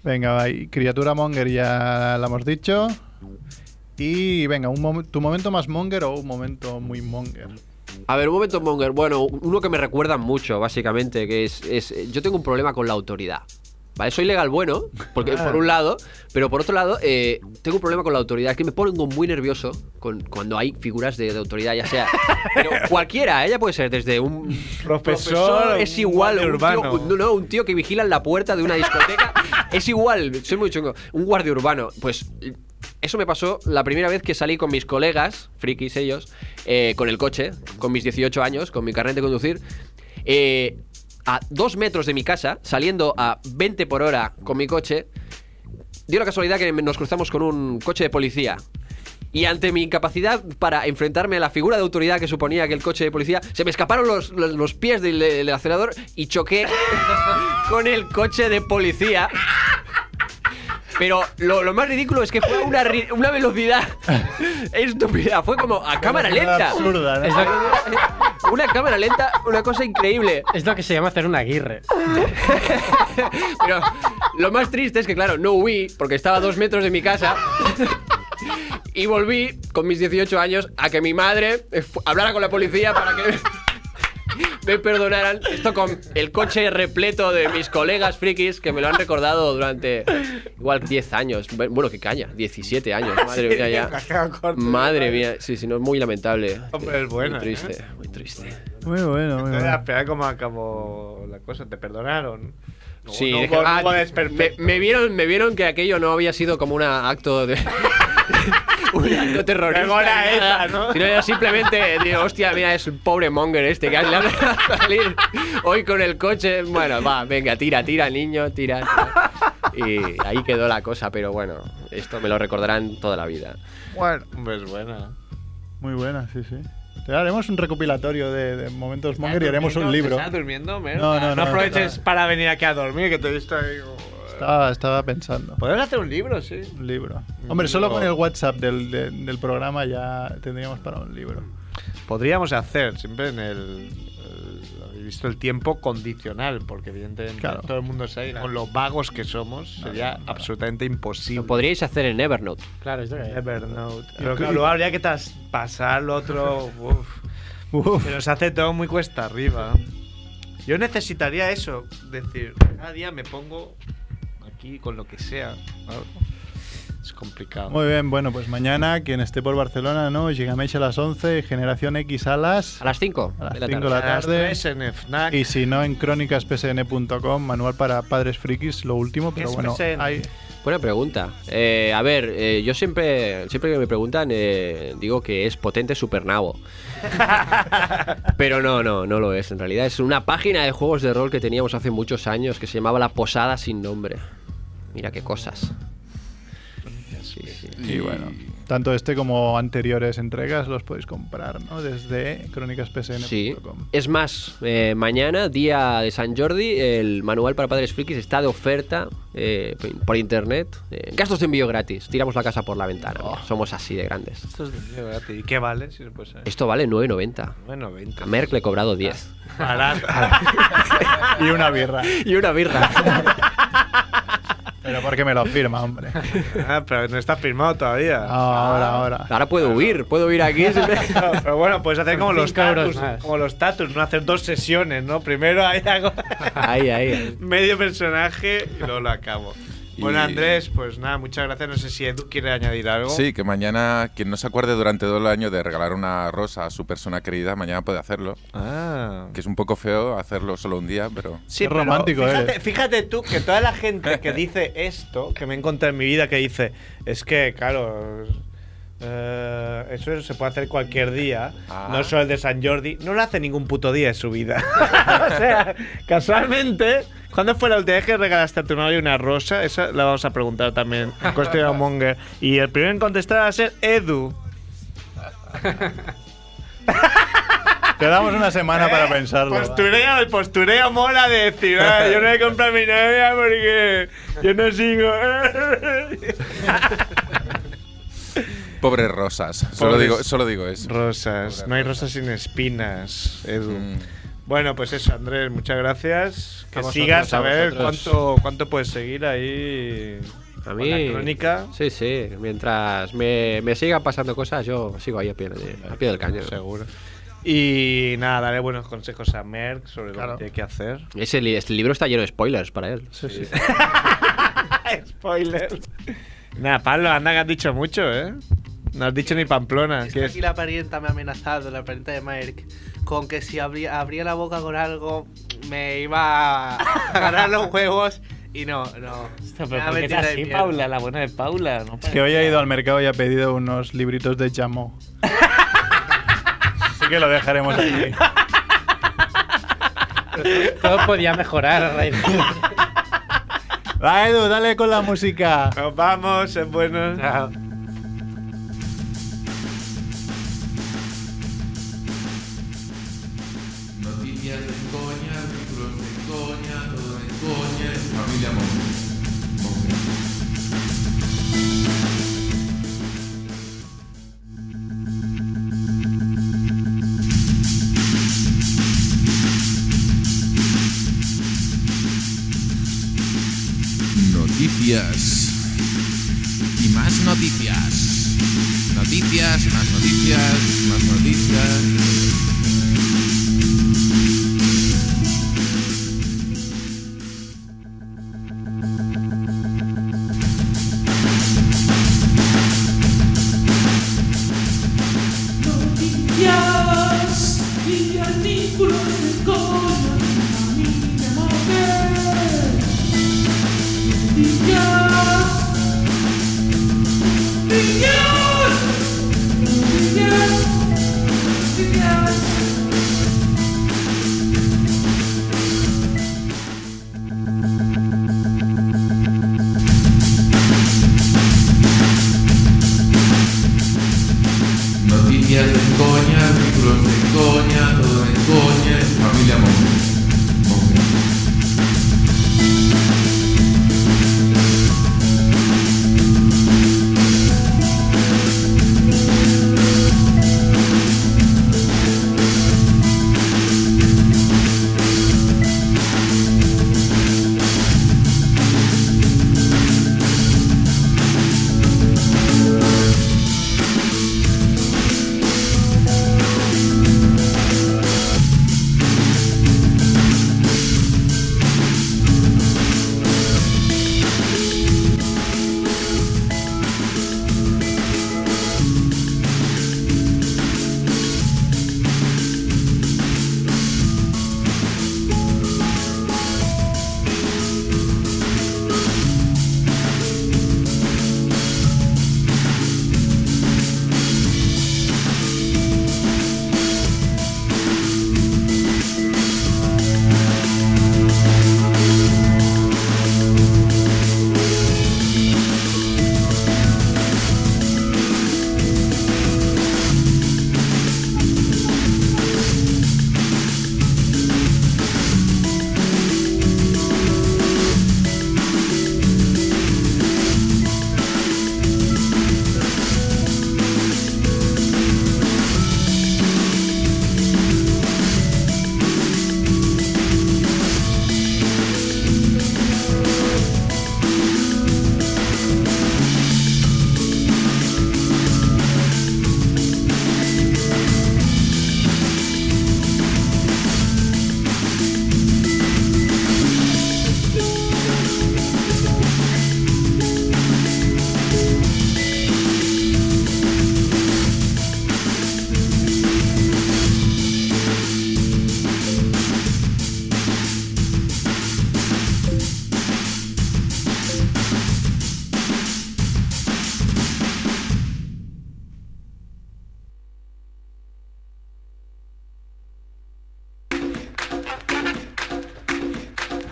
Speaker 1: Venga, va, y criatura monger ya la hemos dicho. Y venga, un mom- tu momento más monger o un momento muy monger.
Speaker 10: A ver, un momento, Monger. Bueno, uno que me recuerda mucho, básicamente, que es, es- yo tengo un problema con la autoridad. ¿Vale? Soy legal bueno, porque
Speaker 6: Ah.
Speaker 10: por un lado, pero por otro lado, eh, tengo un problema con la autoridad. Es que me pongo muy nervioso con, cuando hay figuras de, de autoridad, ya sea. Pero cualquiera, ella puede ser desde un
Speaker 6: Profesor,
Speaker 10: es igual.
Speaker 6: guardia
Speaker 10: Un tío,
Speaker 6: urbano.
Speaker 10: un- no, un tío que vigila en la puerta de una discoteca. es igual, soy muy chungo. Un guardia urbano. Pues eso me pasó la primera vez que salí con mis colegas, frikis ellos, eh, con el coche, con mis 18 años, con mi carnet de conducir. eh, a dos metros de mi casa, saliendo a 20 por hora con mi coche, dio la casualidad que nos cruzamos con un coche de policía. Y ante mi incapacidad para enfrentarme a la figura de autoridad que suponía aquel coche de policía, se me escaparon los, los- los pies del, del acelerador y choqué con el coche de policía. Pero lo, lo más ridículo es que fue a una, ri- una velocidad estúpida. Fue como a cámara lenta.
Speaker 1: Absurda, ¿no?
Speaker 13: Es lo,
Speaker 10: Una cámara lenta, una cosa increíble.
Speaker 13: es lo que se llama hacer una guirre.
Speaker 10: Pero lo más triste es que, claro, no huí porque estaba a dos metros de mi casa. Y volví con mis 18 años a que mi madre eh, fu- hablara con la policía para que me perdonaran. Esto con el coche repleto de mis colegas frikis que me lo han recordado durante igual 10 años. Bueno, que caña, 17 años. Madre mía, ya. Madre mía, sí, sí, no es muy lamentable.
Speaker 6: Hombre, es buena,
Speaker 10: Muy triste,
Speaker 6: ¿eh?
Speaker 10: muy triste.
Speaker 1: Muy bueno,
Speaker 6: Ah.
Speaker 1: muy bueno.
Speaker 6: Espera cómo acabó la cosa. Te perdonaron. No,
Speaker 10: Sí,
Speaker 6: no
Speaker 10: dije,
Speaker 6: hubo- no
Speaker 10: "Ah,
Speaker 6: hubo
Speaker 10: me,
Speaker 6: desperfecto".
Speaker 10: me vieron, me vieron que aquello no había sido como un acto de. un acto terrorista.
Speaker 7: Luego era
Speaker 10: ni nada,
Speaker 7: ETA, ¿no?
Speaker 10: Sino era simplemente, digo, hostia, mira, es un pobre monger este que le ha dejado salir hoy con el coche. Bueno, va, venga, tira, tira, niño, tira. tira. Y ahí quedó la cosa, pero bueno, esto me lo recordarán toda la vida.
Speaker 1: Bueno,
Speaker 6: Pues buena.
Speaker 1: muy buena, sí, sí. Te haremos un recopilatorio de, de momentos monger y haremos un
Speaker 6: durmiendo?
Speaker 1: libro.
Speaker 6: ¿Estás durmiendo, Mer?
Speaker 1: No, no, no,
Speaker 6: aproveches para venir aquí a dormir, que te he visto ahí. eh,
Speaker 1: Estaba, estaba pensando.
Speaker 6: Podemos hacer un libro, sí.
Speaker 1: Un libro. Hombre, solo con el WhatsApp del, de- del programa ya tendríamos para un libro.
Speaker 6: Podríamos hacer siempre en el. el- habéis visto el tiempo condicional, porque evidentemente
Speaker 1: Claro.
Speaker 6: todo el mundo sabe, con los vagos que somos, sería absolutamente imposible. Lo
Speaker 10: podríais hacer en Evernote.
Speaker 6: Claro, es Evernote.
Speaker 1: Y-
Speaker 6: Pero claro, luego habría que tas- pasar lo otro. Uf. Se nos hace todo muy cuesta arriba. Yo necesitaría eso, decir, cada día me pongo aquí con lo que sea. algo. Es complicado.
Speaker 1: Muy bien, bueno, pues mañana quien esté por Barcelona, ¿no? Gigamesh a las 11, Generación X a las...
Speaker 10: A las 5.
Speaker 1: A las
Speaker 6: de la
Speaker 1: 5 de
Speaker 6: tarde.
Speaker 1: la
Speaker 6: A las
Speaker 1: tarde.
Speaker 6: tres en FNAC.
Speaker 1: Y si no, en crónicaspsn.com, manual para padres frikis, lo último, pero bueno, hay...
Speaker 10: Buena pregunta. Eh, a ver, eh, yo siempre, siempre que me preguntan, eh, digo que es potente supernavo. Pero no, no, no lo es. En realidad es una página de juegos de rol que teníamos hace muchos años que se llamaba La Posada Sin Nombre. Mira qué cosas. Sí, sí.
Speaker 1: Y bueno. Tanto este como anteriores entregas los podéis comprar, ¿no? Desde crónicaspsn.com.
Speaker 10: Sí. Es más, eh, mañana, día de San Jordi, el manual para padres frikis está de oferta eh, por internet. Eh, gastos de envío gratis. Tiramos la casa por la ventana. mira, somos así de grandes.
Speaker 6: Esto es de verdad, ¿Y qué vale? Si se puede saber?
Speaker 10: Esto vale 9.90.
Speaker 6: Bueno, 20.
Speaker 10: A Merck le he cobrado 10.
Speaker 6: Barato.
Speaker 1: y una birra.
Speaker 10: y una birra.
Speaker 1: Pero porque me lo firma, hombre.
Speaker 6: Ah, pero no está firmado todavía.
Speaker 10: Ah.
Speaker 1: ahora,
Speaker 6: Ah,
Speaker 1: ahora.
Speaker 10: Ahora puedo huir, puedo huir aquí.
Speaker 6: pero bueno, puedes hacer como
Speaker 10: Por
Speaker 6: los
Speaker 10: cinco euros
Speaker 6: tatus,
Speaker 10: más.
Speaker 6: como los tatus, no hacer dos sesiones, ¿no? Primero ahí hago
Speaker 10: Ahí, ahí.
Speaker 6: medio personaje y luego lo acabo. Bueno, Andrés, pues nada, muchas gracias. No sé si Edu quiere añadir algo.
Speaker 8: Sí, que mañana quien no se acuerde durante todo el año de regalar una rosa a su persona querida, mañana puede hacerlo.
Speaker 6: Ah.
Speaker 8: Que es un poco feo hacerlo solo un día, pero...
Speaker 6: Sí, pero fíjate, fíjate tú que toda la gente que dice esto, que me he encontrado en mi vida, que dice, es que, claro, eh, eso se puede hacer cualquier día, no solo el de San Jordi, no lo hace ningún puto día de su vida. o sea, casualmente, ¿cuándo fue la última vez que regalaste a tu novio una rosa? Esa la vamos a preguntar también, en Cuestión Monger. Y el primero en contestar va a ser Edu.
Speaker 1: Te damos una semana para pensarlo.
Speaker 6: Eh, Postureo, el postureo mola de decir, "Ah, yo no he comprado mi novia porque yo no sigo.
Speaker 8: Pobres rosas. Solo
Speaker 6: Pobres
Speaker 8: digo, solo digo eso.
Speaker 6: Rosas. No hay rosas sin espinas, Edu.
Speaker 8: Mm.
Speaker 6: Bueno, pues eso, Andrés, muchas gracias. Que
Speaker 8: A vosotros,
Speaker 6: sigas a,
Speaker 8: a
Speaker 6: ver
Speaker 8: vosotros.
Speaker 6: cuánto, cuánto puedes seguir ahí.
Speaker 10: A
Speaker 6: con
Speaker 10: mí.
Speaker 6: la crónica.
Speaker 10: Sí, sí. Mientras me, me sigan pasando cosas, yo sigo ahí a pie, de- a pie del cañón.
Speaker 6: Seguro. Y nada, daré buenos consejos a Merck sobre lo que tiene que hacer.
Speaker 10: Ese li- este libro está lleno de spoilers para él.
Speaker 6: Spoiler. Nada, Pablo, anda que has dicho mucho, ¿eh? No has dicho ni Pamplona. que es-
Speaker 17: Aquí la parienta me ha amenazado, la parienta de Merck, con que si abría, abría la boca con algo me iba a ganar los juegos y no, no. Me ha metido de miedo.
Speaker 18: la buena de Paula. No
Speaker 1: Es que hoy ha ido al mercado y ha pedido unos libritos de Jamo. Así que lo dejaremos aquí.
Speaker 13: Todo podía mejorar a raíz de-
Speaker 1: Va, Edu, dale con la música.
Speaker 6: Nos vamos, es bueno.
Speaker 14: Noticias de coña, artículos de coña, todo de coña, es familia Noticias y más noticias. Noticias, más noticias, más noticias.
Speaker 9: Noticias y artículos de coña, familia Monger. Noticias. Noticias.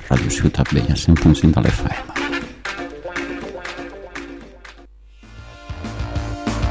Speaker 1: Radio Ciutat Vella 100.5 de l'FM.